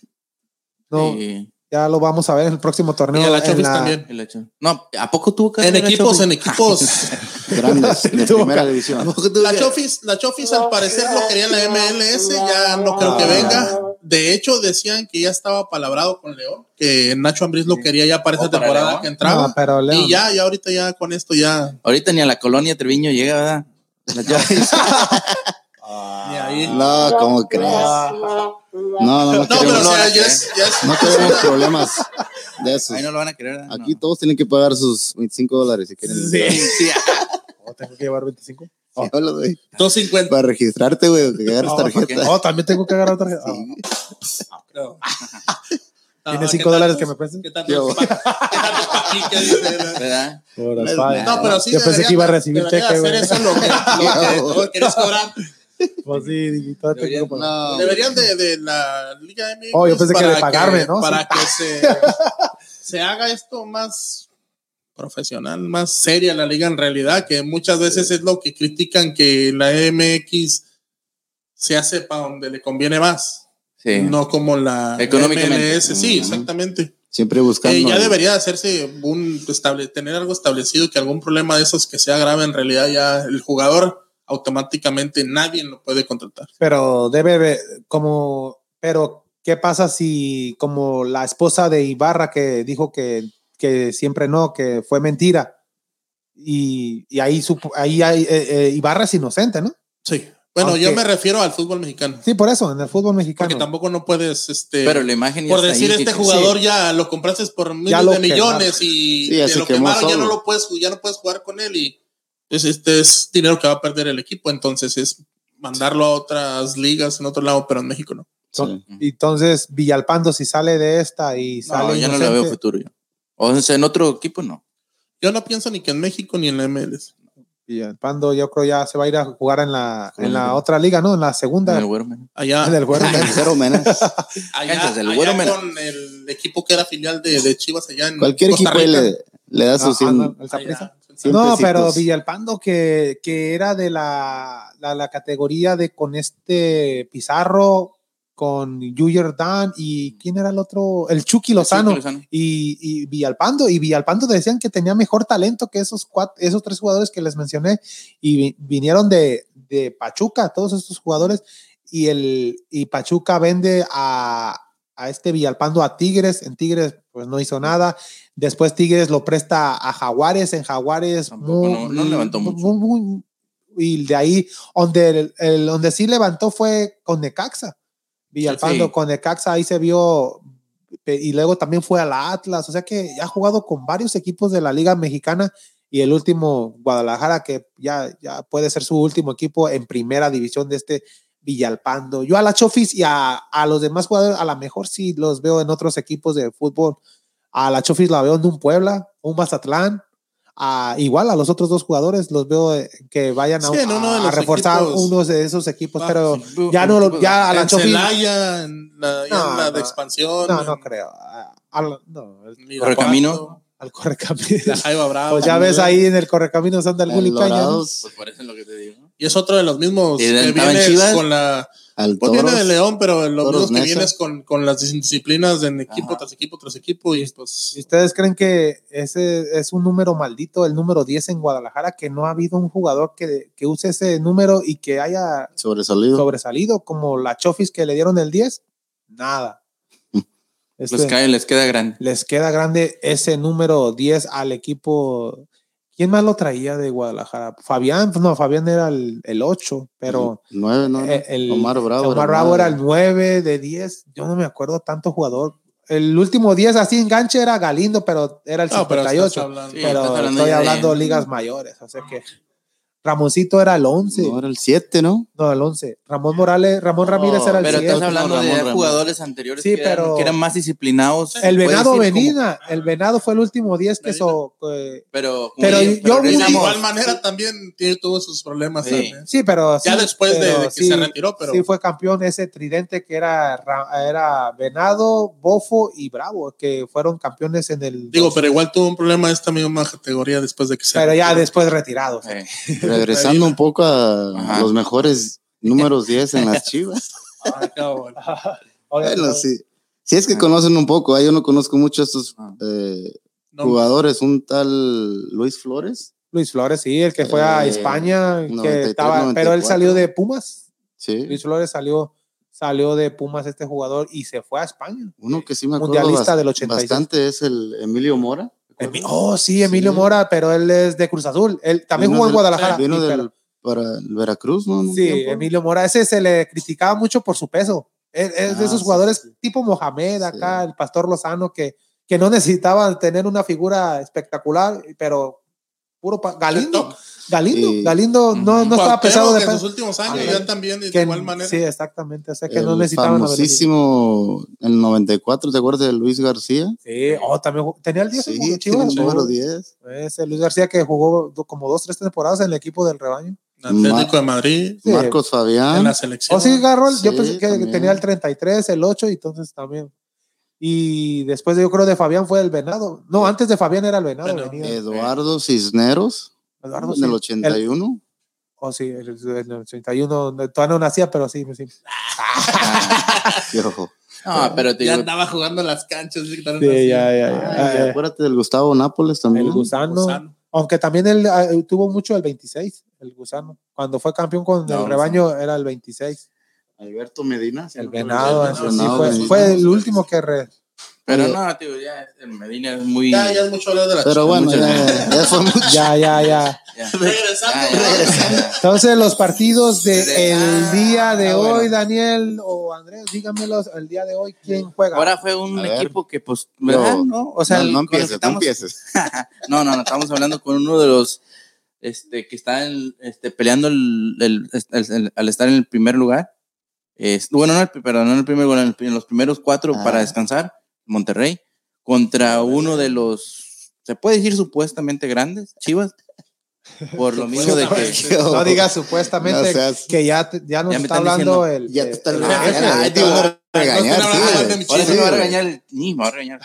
Speaker 1: No,
Speaker 3: Sí,
Speaker 1: ya lo vamos a ver en el próximo torneo.
Speaker 2: y a la
Speaker 1: en
Speaker 2: Chofis
Speaker 1: la-
Speaker 2: también.
Speaker 3: el hecho. No, ¿a poco tuvo que
Speaker 2: En
Speaker 3: hacer la
Speaker 2: equipos,
Speaker 3: Chofis?
Speaker 2: en equipos.
Speaker 4: Grandes, de primera división.
Speaker 2: la Chofis, la Chofis al parecer lo quería en la MLS, ya no creo que venga. De hecho, decían que ya estaba palabrado con León, que Nacho Ambriz lo quería ya para esa
Speaker 3: O para
Speaker 2: temporada
Speaker 3: León.
Speaker 2: que entraba.
Speaker 1: No, pero León.
Speaker 2: Y ya, ya ahorita ya con esto ya.
Speaker 3: Ahorita ni a la colonia Treviño llega, ¿verdad? La Chofis.
Speaker 2: ni ahí. No,
Speaker 4: No, Ah, ¿cómo crees? No, no,
Speaker 2: pero
Speaker 4: no queremos,
Speaker 2: o sea,
Speaker 3: no,
Speaker 2: ya es, ya es-
Speaker 4: no queremos problemas de esos.
Speaker 3: Ahí no lo van a querer, ¿verdad?
Speaker 4: Aquí
Speaker 3: No.
Speaker 4: todos tienen que pagar sus 25 dólares si quieren.
Speaker 2: Sí, sí,
Speaker 1: Oh, tengo que llevar 25.
Speaker 4: Yo lo doy.
Speaker 2: 250.
Speaker 4: Para registrarte, güey, que agarres
Speaker 1: Oh,
Speaker 4: tarjeta.
Speaker 1: Oh, también tengo que agarrar tarjeta. Oh,
Speaker 2: creo.
Speaker 1: Tiene
Speaker 2: Ah,
Speaker 1: 5
Speaker 2: ¿qué
Speaker 1: dólares
Speaker 2: tantos-
Speaker 1: que me prestan.
Speaker 2: qué tantos
Speaker 4: Yo-
Speaker 2: pa- qué tantos paquiques, dice,
Speaker 3: ¿Verdad?
Speaker 4: No es
Speaker 1: padre.
Speaker 4: nada.
Speaker 2: No, pero sí.
Speaker 1: Pues, Yo pensé
Speaker 2: deberían-
Speaker 1: que iba a recibir
Speaker 2: deberían
Speaker 1: cheque,
Speaker 2: hacer
Speaker 1: güey.
Speaker 2: eso lo que, lo que- lo que querés cobrar.
Speaker 1: Pues sí, dije, todavía tengo que pagar.
Speaker 4: No,
Speaker 2: Deberían de, de la Liga MX.
Speaker 1: Oh, yo pensé que
Speaker 2: para
Speaker 1: de pagarme, ¿no?
Speaker 2: Para que se, se haga esto más profesional, más seria la liga en realidad, que muchas veces es lo que critican que la MX se hace para donde le conviene más,
Speaker 3: Sí.
Speaker 2: no como la
Speaker 3: Económicamente.
Speaker 2: MLS. Sí,
Speaker 4: Ujú.
Speaker 2: exactamente.
Speaker 4: siempre buscando.
Speaker 2: Eh, ya
Speaker 4: el-
Speaker 2: debería hacerse un estable, tener algo establecido que algún problema de esos que sea grave en realidad ya el jugador automáticamente nadie lo puede contratar.
Speaker 1: Pero debe, de- como, pero, ¿qué pasa si, como la esposa de Ibarra que dijo que, que siempre no, que fue mentira? Y, y ahí, supo- ahí hay, eh, eh, Ibarra es inocente, ¿no?
Speaker 2: Sí. Bueno,
Speaker 1: Aunque-
Speaker 2: yo me refiero al fútbol mexicano.
Speaker 1: Sí, por eso, en el fútbol
Speaker 2: Porque
Speaker 1: mexicano.
Speaker 2: tampoco no puedes, este,
Speaker 3: Pero la imagen ya
Speaker 2: por
Speaker 3: está ahí,
Speaker 2: decir este
Speaker 3: que-
Speaker 2: jugador ya lo compraste por miles
Speaker 1: lo
Speaker 2: de millones y
Speaker 4: Sí, ya
Speaker 2: te
Speaker 4: se
Speaker 2: lo
Speaker 4: quemó
Speaker 2: quemaron, ya
Speaker 4: solo.
Speaker 2: no lo puedes, ju- ya no puedes jugar con él y es, este es dinero que va a perder el equipo, entonces es mandarlo a otras ligas en otro lado, pero en México no.
Speaker 1: Son- Entonces, Villalpando, si sale de esta y
Speaker 3: No,
Speaker 1: sale.
Speaker 3: ya no la veo
Speaker 1: inocente,
Speaker 3: futuro yo. O sea, en otro equipo no.
Speaker 2: Yo no pienso ni que en México ni en la MLS.
Speaker 1: Villalpando, yo creo ya se va a ir a jugar en la, en la
Speaker 3: Ujú.
Speaker 1: otra liga, ¿no? En la segunda.
Speaker 3: En el Güero Menos.
Speaker 2: Allá,
Speaker 1: en el Güero
Speaker 4: Ay,
Speaker 1: Menos.
Speaker 4: Cero menos.
Speaker 2: allá-
Speaker 3: Canchas del
Speaker 2: allá
Speaker 3: Güero Mena.
Speaker 2: con el equipo que era filial de, de Chivas allá en
Speaker 4: Cualquier
Speaker 2: Costa
Speaker 4: equipo ahí
Speaker 2: Rica.
Speaker 4: le, le da su
Speaker 1: Ah, ah,
Speaker 4: cien-
Speaker 1: no, el Saprissa.
Speaker 2: Allá.
Speaker 4: cien
Speaker 1: No,
Speaker 4: pesitos.
Speaker 1: pero Villalpando, que, que era de la, la, la categoría de con este Pizarro, con Yuyer Dan y ¿quién era el otro? El Chucky Lozano.
Speaker 3: Sí, Lozano.
Speaker 1: Y, y Villalpando, y Villalpando decían que tenía mejor talento que esos, cuat- esos tres jugadores que les mencioné, y vi- vinieron de, de Pachuca, todos estos jugadores, y, el, y Pachuca vende a, a este Villalpando a Tigres, en Tigres pues no hizo nada, Después Tigres lo presta a Jaguares. En Jaguares.
Speaker 3: Tampoco,
Speaker 1: mu-
Speaker 3: no- no levantó
Speaker 1: mu-
Speaker 3: mucho.
Speaker 1: mu- mu- y de ahí, donde, el, el- donde sí levantó fue con Necaxa. Villalpando
Speaker 3: Sí.
Speaker 1: con Necaxa, ahí se vio. pe- Y luego también fue a la Atlas. O sea que ya ha jugado con varios equipos de la Liga Mexicana. Y el último, Guadalajara, que ya, ya puede ser su último equipo en primera división de este Villalpando. Yo a la Chofis y a, a los demás jugadores, a lo mejor sí los veo en otros equipos de fútbol a la Chofis la veo en un Puebla, un Mazatlán. a- igual a los otros dos jugadores los veo eh, que vayan a,
Speaker 2: Sí, en uno de
Speaker 1: a
Speaker 2: los
Speaker 1: reforzar
Speaker 2: equipos.
Speaker 1: uno de esos equipos,
Speaker 2: Ah,
Speaker 1: pero
Speaker 3: Sí,
Speaker 1: ya
Speaker 3: el
Speaker 1: no lo,
Speaker 3: equipo
Speaker 1: ya a Ah, la
Speaker 2: en
Speaker 1: Chofis
Speaker 2: Celaya, en la, ya
Speaker 1: No,
Speaker 2: en la
Speaker 1: no.
Speaker 2: de expansión.
Speaker 1: no, no
Speaker 2: en
Speaker 1: creo. A- a la- no, el-
Speaker 2: Mirapuato,
Speaker 3: Correcamino.
Speaker 1: al correcamino.
Speaker 2: la Jaiba Brava.
Speaker 1: Pues ya ves ahí en el correcamino anda el
Speaker 4: Al
Speaker 1: Gulli Caña, ¿no?
Speaker 4: Dorados,
Speaker 3: Pues por eso es lo que te digo.
Speaker 2: Y es otro de los mismos
Speaker 3: ¿Y de-
Speaker 2: que
Speaker 3: estaba en
Speaker 2: vienes
Speaker 3: Chivas?
Speaker 2: con la.
Speaker 4: al
Speaker 2: Pues viene de
Speaker 4: Toros.
Speaker 2: León, pero los
Speaker 4: Toros
Speaker 2: mismos que
Speaker 4: Neza.
Speaker 2: vienes con, con las disciplinas en equipo
Speaker 3: Ajá.
Speaker 2: tras equipo tras equipo. Y pues.
Speaker 1: ¿Y ¿Ustedes creen que ese es un número maldito, el número 10 en Guadalajara, que no ha habido un jugador que, que use ese número y que haya
Speaker 4: Sobresalido.
Speaker 1: sobresalido, como la Chofis que le dieron el 10, nada. Este,
Speaker 3: Los cae, les queda grande.
Speaker 1: les queda grande ese número 10 al equipo. ¿Quién más lo traía de Guadalajara? Fabián, no, Fabián era el, 8, pero
Speaker 4: Nueve, ¿no?
Speaker 1: eh, el,
Speaker 4: Omar Bravo.
Speaker 1: Omar Bravo era el 9 de 10. Yo no me acuerdo tanto jugador. El último 10 así enganche era Galindo, pero era el
Speaker 2: No, pero estás
Speaker 1: 58.
Speaker 2: hablando-
Speaker 3: Sí.
Speaker 1: Pero,
Speaker 3: estás hablando
Speaker 1: estoy
Speaker 3: ya de-
Speaker 1: hablando ligas mayores, así que Ramoncito era el 11.
Speaker 4: No, era el siete, ¿no?
Speaker 1: No, el 11. Ramón Morales, Ramón
Speaker 4: No,
Speaker 1: Ramírez era el
Speaker 3: Pero
Speaker 4: cierto,
Speaker 3: estás
Speaker 1: 10.
Speaker 3: hablando
Speaker 4: no,
Speaker 3: de
Speaker 4: Ramón, Ramón.
Speaker 3: jugadores anteriores
Speaker 1: Sí,
Speaker 3: que, eran-
Speaker 1: pero-
Speaker 3: que eran más disciplinados.
Speaker 1: El
Speaker 3: Puedes
Speaker 1: Venado
Speaker 3: decir como-
Speaker 1: Venida. El Venado fue el último 10 que
Speaker 2: Medina.
Speaker 1: so, eh, que-
Speaker 3: pero como
Speaker 1: Pero
Speaker 3: digo,
Speaker 1: yo
Speaker 2: De
Speaker 1: Digamos,
Speaker 2: igual manera también tiene- tuvo sus problemas.
Speaker 3: Sí.
Speaker 2: también.
Speaker 1: Sí, pero.
Speaker 2: Ya
Speaker 1: sí,
Speaker 2: después de-
Speaker 1: pero
Speaker 2: de que
Speaker 1: sí,
Speaker 2: se retiró, pero.
Speaker 1: Sí, fue campeón ese tridente que era, Ra- era Venado, Bofo y Bravo, que fueron campeones en el.
Speaker 2: Digo, pero igual tuvo un problema esta misma categoría después de que se.
Speaker 1: pero ya después retirados.
Speaker 3: Eh,
Speaker 4: Regresando un poco a
Speaker 3: Ajá.
Speaker 4: los mejores números 10 en las chivas.
Speaker 2: Ay, cabrón.
Speaker 1: Ahora-
Speaker 4: Bueno, sí. Si es que
Speaker 3: Ah.
Speaker 4: conocen un poco, ¿eh? yo no conozco mucho a estos
Speaker 3: Ah.
Speaker 4: eh,
Speaker 2: No,
Speaker 4: jugadores. Un tal Luis Flores.
Speaker 1: Luis Flores, sí, el que fue a
Speaker 4: Eh,
Speaker 1: España, que
Speaker 4: 93,
Speaker 1: estaba, pero él
Speaker 4: 94.
Speaker 1: salió de Pumas.
Speaker 4: Sí.
Speaker 1: Luis Flores salió, salió de Pumas este jugador y se fue a España.
Speaker 4: Uno que sí me acuerdo
Speaker 1: Mundialista
Speaker 4: bas-
Speaker 1: del 86.
Speaker 4: bastante es el Emilio Mora. ¿te
Speaker 1: Emi-
Speaker 4: acuerdas?
Speaker 1: oh, sí, Emilio
Speaker 4: Sí.
Speaker 1: Mora, pero él es de Cruz Azul. Él también
Speaker 4: Vino
Speaker 1: jugó en
Speaker 4: del-
Speaker 1: Guadalajara.
Speaker 4: Vino
Speaker 1: sí,
Speaker 4: del-
Speaker 1: pero-
Speaker 4: para el Veracruz, ¿no? En un
Speaker 1: sí,
Speaker 4: tiempo.
Speaker 1: Emilio Mora. Ese se le criticaba mucho por su peso. Es, es de
Speaker 4: Ah,
Speaker 1: esos
Speaker 4: sí,
Speaker 1: jugadores
Speaker 4: sí, sí.
Speaker 1: tipo Mohamed,
Speaker 4: Sí.
Speaker 1: acá, el Pastor Lozano, que, que no necesitaba tener una figura espectacular, pero puro pa- Galindo. Galindo,
Speaker 4: Sí.
Speaker 1: Galindo no, no estaba
Speaker 2: Cuauhtémoc,
Speaker 1: pesado de
Speaker 2: que en sus
Speaker 1: peso.
Speaker 2: últimos años
Speaker 1: Ah,
Speaker 2: ya también de
Speaker 1: Que-
Speaker 2: igual manera.
Speaker 1: sí, exactamente. O sea que no
Speaker 4: el
Speaker 1: necesitaban la velocidad.
Speaker 4: famosísimo, el 94, ¿te acuerdas de Luis García?
Speaker 1: Sí, oh, también jugó- tenía el 10 en
Speaker 4: Sí, tiene
Speaker 1: Chivas.
Speaker 4: el número
Speaker 1: Oh,
Speaker 4: 10.
Speaker 1: Ese Luis García que jugó do- como dos, tres temporadas en el equipo del rebaño.
Speaker 2: Atlético de Madrid,
Speaker 1: Sí.
Speaker 4: Marcos
Speaker 2: en
Speaker 4: Fabián.
Speaker 2: la selección.
Speaker 1: Oh, sí, Garrol. yo
Speaker 4: Sí,
Speaker 1: pensé que
Speaker 4: también.
Speaker 1: tenía el 33, el 8, y entonces también. Y después yo creo de Fabián fue el Venado. No, antes de Fabián era el Venado.
Speaker 2: Bueno,
Speaker 1: venía.
Speaker 4: Eduardo Cisneros,
Speaker 1: Eduardo,
Speaker 4: eh, en el
Speaker 1: sí.
Speaker 4: 81.
Speaker 1: Oh, sí, el, el 81, no, todavía no nacía, pero sí. sí.
Speaker 4: Qué ojo.
Speaker 3: no, pero te
Speaker 2: ya
Speaker 3: digo,
Speaker 2: andaba jugando en las canchas. le quitaron
Speaker 1: Sí,
Speaker 2: así.
Speaker 1: ya, ya, ya.
Speaker 4: Ay,
Speaker 1: Ah,
Speaker 4: acuérdate del Gustavo Nápoles también.
Speaker 1: el gusano.
Speaker 2: Gusano.
Speaker 1: Aunque también él ah, tuvo mucho el 26, el Gusano. Cuando fue campeón con
Speaker 3: No,
Speaker 1: el rebaño era el 26.
Speaker 4: Alberto Medina. sí,
Speaker 1: El
Speaker 4: me acuerdo.
Speaker 1: venado,
Speaker 2: el
Speaker 1: ese
Speaker 2: venado,
Speaker 1: sí
Speaker 2: venado,
Speaker 1: fue,
Speaker 2: venado.
Speaker 1: fue el último que re-
Speaker 3: Pero
Speaker 4: Oye.
Speaker 3: no, tío, ya es- el Medina es muy.
Speaker 2: Ya, ya es mucho hablar de la
Speaker 4: Pero
Speaker 2: chica.
Speaker 4: bueno,
Speaker 3: mucho.
Speaker 4: ya, ya fue mucho.
Speaker 1: Ya, ya, ya.
Speaker 3: ya.
Speaker 2: Regresando.
Speaker 3: Ya, ya, ya.
Speaker 1: Entonces, los partidos del
Speaker 3: De- ah,
Speaker 1: día de
Speaker 3: ah,
Speaker 1: hoy,
Speaker 3: bueno.
Speaker 1: Daniel o Andrés, díganmelos, el día de hoy, ¿quién juega?
Speaker 3: Ahora fue un
Speaker 4: A ver.
Speaker 3: equipo que, pues, ¿verdad?
Speaker 4: No,
Speaker 3: No, O sea,
Speaker 4: no,
Speaker 3: el-
Speaker 4: no
Speaker 3: con el que
Speaker 4: empieces, no
Speaker 3: estamos-
Speaker 4: empieces.
Speaker 3: no, no, no, estamos hablando con uno de los este, que están este, peleando el- el- el- el- al estar en el primer lugar. Es, bueno, no, el, pri- perdón, no en el primer lugar, en, el pri- en los primeros cuatro
Speaker 4: Ah.
Speaker 3: para descansar, Monterrey, contra uno de los, se puede decir supuestamente grandes, Chivas, por lo mismo de que...
Speaker 1: no digas supuestamente
Speaker 4: No seas-
Speaker 1: que ya, te- ya nos
Speaker 3: Ya me
Speaker 1: está
Speaker 3: están
Speaker 1: hablando
Speaker 3: diciendo.
Speaker 1: el.
Speaker 4: Ya te están
Speaker 1: el-
Speaker 2: Ah,
Speaker 1: el-
Speaker 4: regañando. Ahí te van a regañar,
Speaker 2: No,
Speaker 4: sí,
Speaker 2: no, no,
Speaker 4: güey.
Speaker 2: no, no, no,
Speaker 3: Ahora sí
Speaker 4: Sí,
Speaker 3: me va a
Speaker 4: güey.
Speaker 3: regañar, el- ni me va a regañar.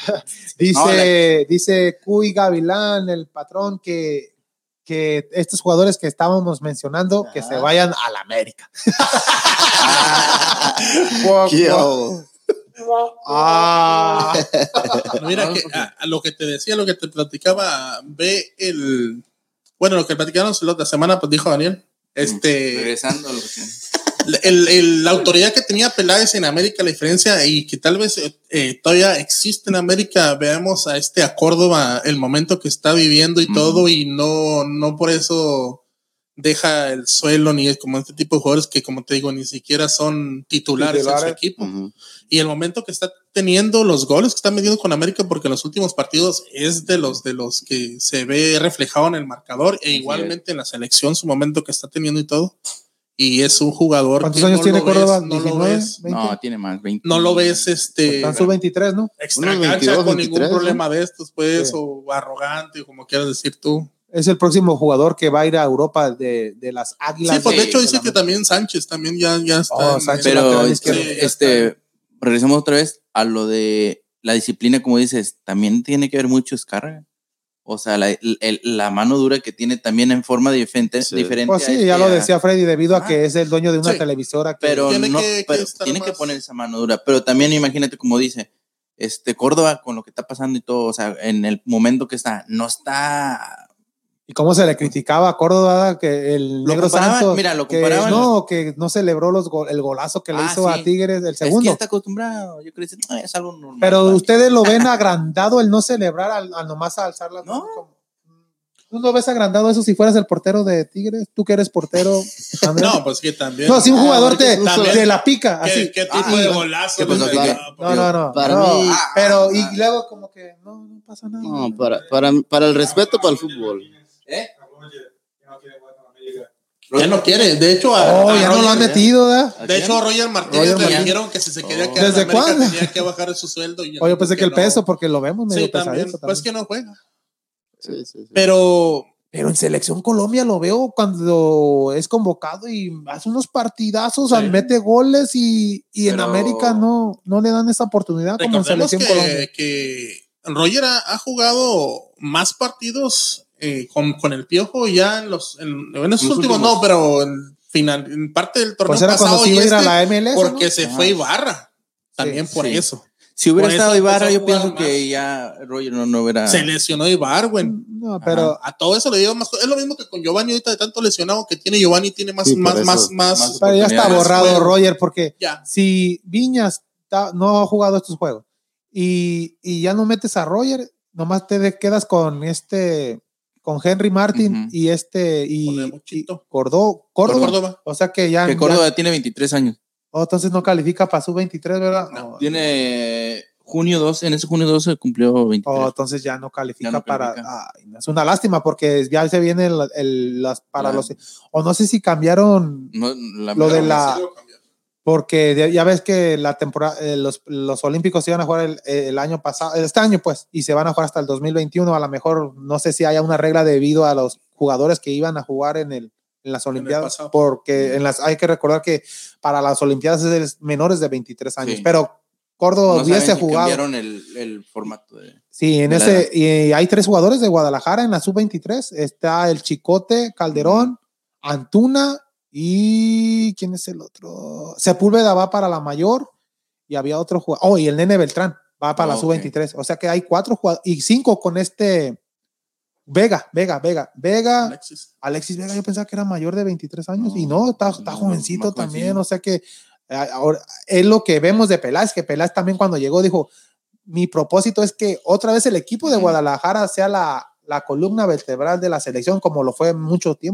Speaker 1: Dice,
Speaker 3: No,
Speaker 1: dice Cuy Gavilán, el patrón, que, que estos jugadores que estábamos mencionando, que
Speaker 4: Ajá.
Speaker 2: Ah.
Speaker 1: se vayan a la América. Guau,
Speaker 4: Qué
Speaker 1: guau.
Speaker 4: obo.
Speaker 1: Ah.
Speaker 2: Mira, que, a, a lo que te decía, lo que te platicaba, ve el. Bueno, lo que platicaron la otra semana, pues dijo Daniel. Este,
Speaker 3: Regresando a lo que-
Speaker 2: el- el- la autoridad que tenía Peláez en América, la diferencia, y que tal vez eh, eh, todavía existe en América, veamos a este a Córdoba, el momento que está viviendo y
Speaker 3: Ujú.
Speaker 2: todo, y no, no por eso deja el suelo, ni es como este tipo de jugadores que, como te digo, ni siquiera son titulares, en
Speaker 1: Titulares.
Speaker 2: su equipo
Speaker 4: Ujú.
Speaker 2: y el momento que está teniendo los goles que está metiendo con América porque en los últimos partidos es de los de los que se ve reflejado en el marcador e
Speaker 3: es.
Speaker 2: igualmente en la selección su momento que está teniendo y todo y es un jugador
Speaker 1: ¿Cuántos
Speaker 2: que
Speaker 1: años
Speaker 2: no
Speaker 1: tiene
Speaker 2: lo ves-
Speaker 1: Córdoba?
Speaker 2: no lo
Speaker 1: 19,
Speaker 2: ves
Speaker 1: 20.
Speaker 3: No, tiene más, 20.
Speaker 2: no lo ves este
Speaker 1: Están sub 23, ¿no?
Speaker 2: extracancha
Speaker 4: unos 22,
Speaker 2: con
Speaker 4: 23,
Speaker 2: ningún problema de estos pues
Speaker 1: Sí.
Speaker 2: o arrogante o como quieras decir tú
Speaker 1: Es el próximo jugador que va a ir a Europa de, de las Águilas.
Speaker 2: sí pues de hecho
Speaker 1: la
Speaker 2: dice que
Speaker 1: América.
Speaker 2: también Sánchez también ya ya está
Speaker 1: Oh,
Speaker 2: en-
Speaker 1: Sánchez,
Speaker 2: en-
Speaker 3: Pero
Speaker 1: lateral
Speaker 3: este,
Speaker 2: izquierdo.
Speaker 3: este, regresamos otra vez a lo de la disciplina, como dices, también tiene que ver mucho Escarga. O sea, la, el- el- la mano dura que tiene también en forma diferente.
Speaker 4: Sí.
Speaker 3: diferente
Speaker 1: Pues
Speaker 3: a
Speaker 1: sí,
Speaker 3: este,
Speaker 1: ya lo
Speaker 3: a-
Speaker 1: decía Freddy, debido a
Speaker 3: Ah.
Speaker 1: que es el dueño de una
Speaker 2: Sí.
Speaker 1: televisora. Que,
Speaker 3: Pero
Speaker 2: Tiene
Speaker 3: no,
Speaker 2: que- que
Speaker 3: pero
Speaker 2: estar
Speaker 3: tiene que
Speaker 2: más-
Speaker 3: poner esa mano dura. Pero también imagínate, como dice, este Córdoba con lo que está pasando y todo, o sea, en el momento que está, no está.
Speaker 1: y cómo se le criticaba a Córdoba que el
Speaker 3: Lo
Speaker 1: negro
Speaker 3: comparaban,
Speaker 1: Santos.
Speaker 3: mira, lo
Speaker 1: que
Speaker 3: comparaban.
Speaker 1: no, que no celebró los go- el golazo que le
Speaker 3: Ah,
Speaker 1: hizo a
Speaker 3: sí.
Speaker 1: Tigres el
Speaker 3: Es que ya
Speaker 1: segundo.
Speaker 3: está acostumbrado. Yo creo que es- "Ah, es algo normal.
Speaker 1: Pero
Speaker 3: para mí".
Speaker 1: ustedes lo ven agrandado el no celebrar al, al nomás alzar las
Speaker 3: No.
Speaker 1: manos como- ¿Tú no ves agrandado eso si fueras el portero de Tigres? ¿Tú que eres portero? Andrés?
Speaker 2: no pues que también
Speaker 1: no, si un
Speaker 4: Ah,
Speaker 1: jugador te,
Speaker 4: ahorita
Speaker 3: pues,
Speaker 2: tú
Speaker 1: te la pica,
Speaker 2: ¿Qué-
Speaker 1: así.
Speaker 2: qué tipo
Speaker 3: Ah,
Speaker 2: de
Speaker 3: sí.
Speaker 2: golazo
Speaker 3: ¿Qué pasó?
Speaker 2: ¿no?
Speaker 4: Claro.
Speaker 2: Ah,
Speaker 1: No, no, no.
Speaker 4: Para
Speaker 1: no.
Speaker 4: mí-
Speaker 3: Ah,
Speaker 1: pero, y luego como que, no, no pasa nada.
Speaker 4: No, para, para, para el respeto para el fútbol.
Speaker 3: ¿Eh?
Speaker 2: ya no quiere de hecho a-
Speaker 1: Oh,
Speaker 2: a
Speaker 1: ya no
Speaker 3: Ah,
Speaker 1: lo han
Speaker 2: Roger-
Speaker 1: metido, ¿verdad?
Speaker 2: De hecho, Roger Martínez
Speaker 1: Roger
Speaker 2: le
Speaker 1: Martínez.
Speaker 2: dijeron que si se quería
Speaker 4: Oh.
Speaker 2: quedar en
Speaker 1: ¿Desde
Speaker 2: América
Speaker 1: cuándo?
Speaker 2: tenía que bajar su sueldo. y-
Speaker 1: Oye, yo pensé que el
Speaker 2: no.
Speaker 1: peso, porque lo vemos medio
Speaker 2: Sí, también.
Speaker 1: pesadito también. Ah,
Speaker 2: Pues que no juega.
Speaker 4: Sí, sí, sí.
Speaker 2: Pero
Speaker 1: Pero en Selección Colombia lo veo cuando es convocado y hace unos partidazos,
Speaker 2: Sí.
Speaker 1: al- mete goles y, y en
Speaker 3: Pero-
Speaker 1: América no, no le dan esa oportunidad como en
Speaker 2: recordemos
Speaker 1: Selección Colombia.
Speaker 2: que, que Roger ha, ha jugado más partidos eh, con, con el Piojo ya en los, en, en esos
Speaker 3: Los
Speaker 2: últimos,
Speaker 3: últimos.
Speaker 2: no, pero en, final, en parte del torneo
Speaker 1: Pues era cuando
Speaker 2: pasado
Speaker 1: se
Speaker 2: y
Speaker 1: iba a ir a
Speaker 2: este,
Speaker 1: la MLS. ¿no?
Speaker 2: porque se
Speaker 3: Ajá.
Speaker 2: fue Ibarra. También por
Speaker 3: sí.
Speaker 2: eso.
Speaker 3: Si hubiera
Speaker 2: Por eso
Speaker 3: estado Ibarra,
Speaker 2: empezó a
Speaker 3: yo pienso
Speaker 2: jugar
Speaker 3: que
Speaker 2: más.
Speaker 3: ya Roger no, no hubiera.
Speaker 2: Se lesionó Ibarra, güey.
Speaker 1: No, pero
Speaker 2: A todo eso le dio más. Es lo mismo que con Giovanni ahorita de tanto lesionado que tiene Giovanni, tiene más,
Speaker 4: Sí, por
Speaker 2: más,
Speaker 4: eso.
Speaker 2: más, más,
Speaker 3: Más-
Speaker 1: Pero ya está
Speaker 3: oportunidades.
Speaker 1: borrado
Speaker 2: Juego.
Speaker 1: Roger, porque
Speaker 2: Ya.
Speaker 1: si Viñas ta- no ha jugado estos juegos y, y ya no metes a Roger, nomás te de- quedas con este, con Henry Martin
Speaker 3: Ujú.
Speaker 1: y este,
Speaker 2: Con el
Speaker 1: y, y
Speaker 2: Mochito.
Speaker 1: Cordó- Córdoba.
Speaker 2: Córdoba.
Speaker 1: O sea que ya,
Speaker 3: Que
Speaker 1: ya-
Speaker 3: Córdoba tiene 23 años.
Speaker 1: oh, entonces no califica para su 23, ¿verdad?
Speaker 2: No.
Speaker 3: Tiene junio 12, en ese junio 12 cumplió 23.
Speaker 1: Oh, entonces ya no califica
Speaker 3: Ya no
Speaker 1: para.
Speaker 3: califica.
Speaker 1: Ay, no, es una lástima porque ya se viene el- el- las para
Speaker 3: La-
Speaker 1: los. O no sé si cambiaron
Speaker 3: No, la-
Speaker 1: lo de
Speaker 3: no,
Speaker 1: la- porque de- ya ves que la temporada, eh, los, los Olímpicos se iban a jugar el, el año pasado, este año pues, y se van a jugar hasta el 2021. A lo mejor no sé si haya una regla debido a los jugadores que iban a jugar en, el, en las
Speaker 2: el
Speaker 1: Olimpiadas,
Speaker 2: pasado.
Speaker 1: porque en las, hay que recordar que para las Olimpiadas es de menores de 23 años,
Speaker 3: Sí.
Speaker 1: pero Córdoba
Speaker 3: no
Speaker 1: hubiese
Speaker 3: saben si
Speaker 1: jugado.
Speaker 3: cambiaron el, el formato. De,
Speaker 1: Sí, en
Speaker 3: de la
Speaker 1: ese, y hay tres jugadores de Guadalajara en la sub-23. Está el Chicote, Calderón, Antuna y ¿quién es el otro? Sepúlveda va para la mayor y había otro jugador. Oh, y el Nene Beltrán va para
Speaker 3: Ah,
Speaker 1: la
Speaker 3: ok.
Speaker 1: sub-23. O sea que hay cuatro jugadores y cinco con este Vega, Vega, Vega, Vega.
Speaker 2: Alexis.
Speaker 1: Alexis Vega, yo pensaba que era mayor de 23 años y
Speaker 3: No,
Speaker 1: no, está, está
Speaker 3: no,
Speaker 1: jovencito
Speaker 3: más
Speaker 1: también.
Speaker 3: jovencito.
Speaker 1: O sea que eh, ahora es lo que vemos de Peláez, que Peláez también cuando llegó dijo, mi propósito es que otra vez el equipo de Guadalajara sea la, la columna vertebral de la selección, como lo fue mucho tiempo.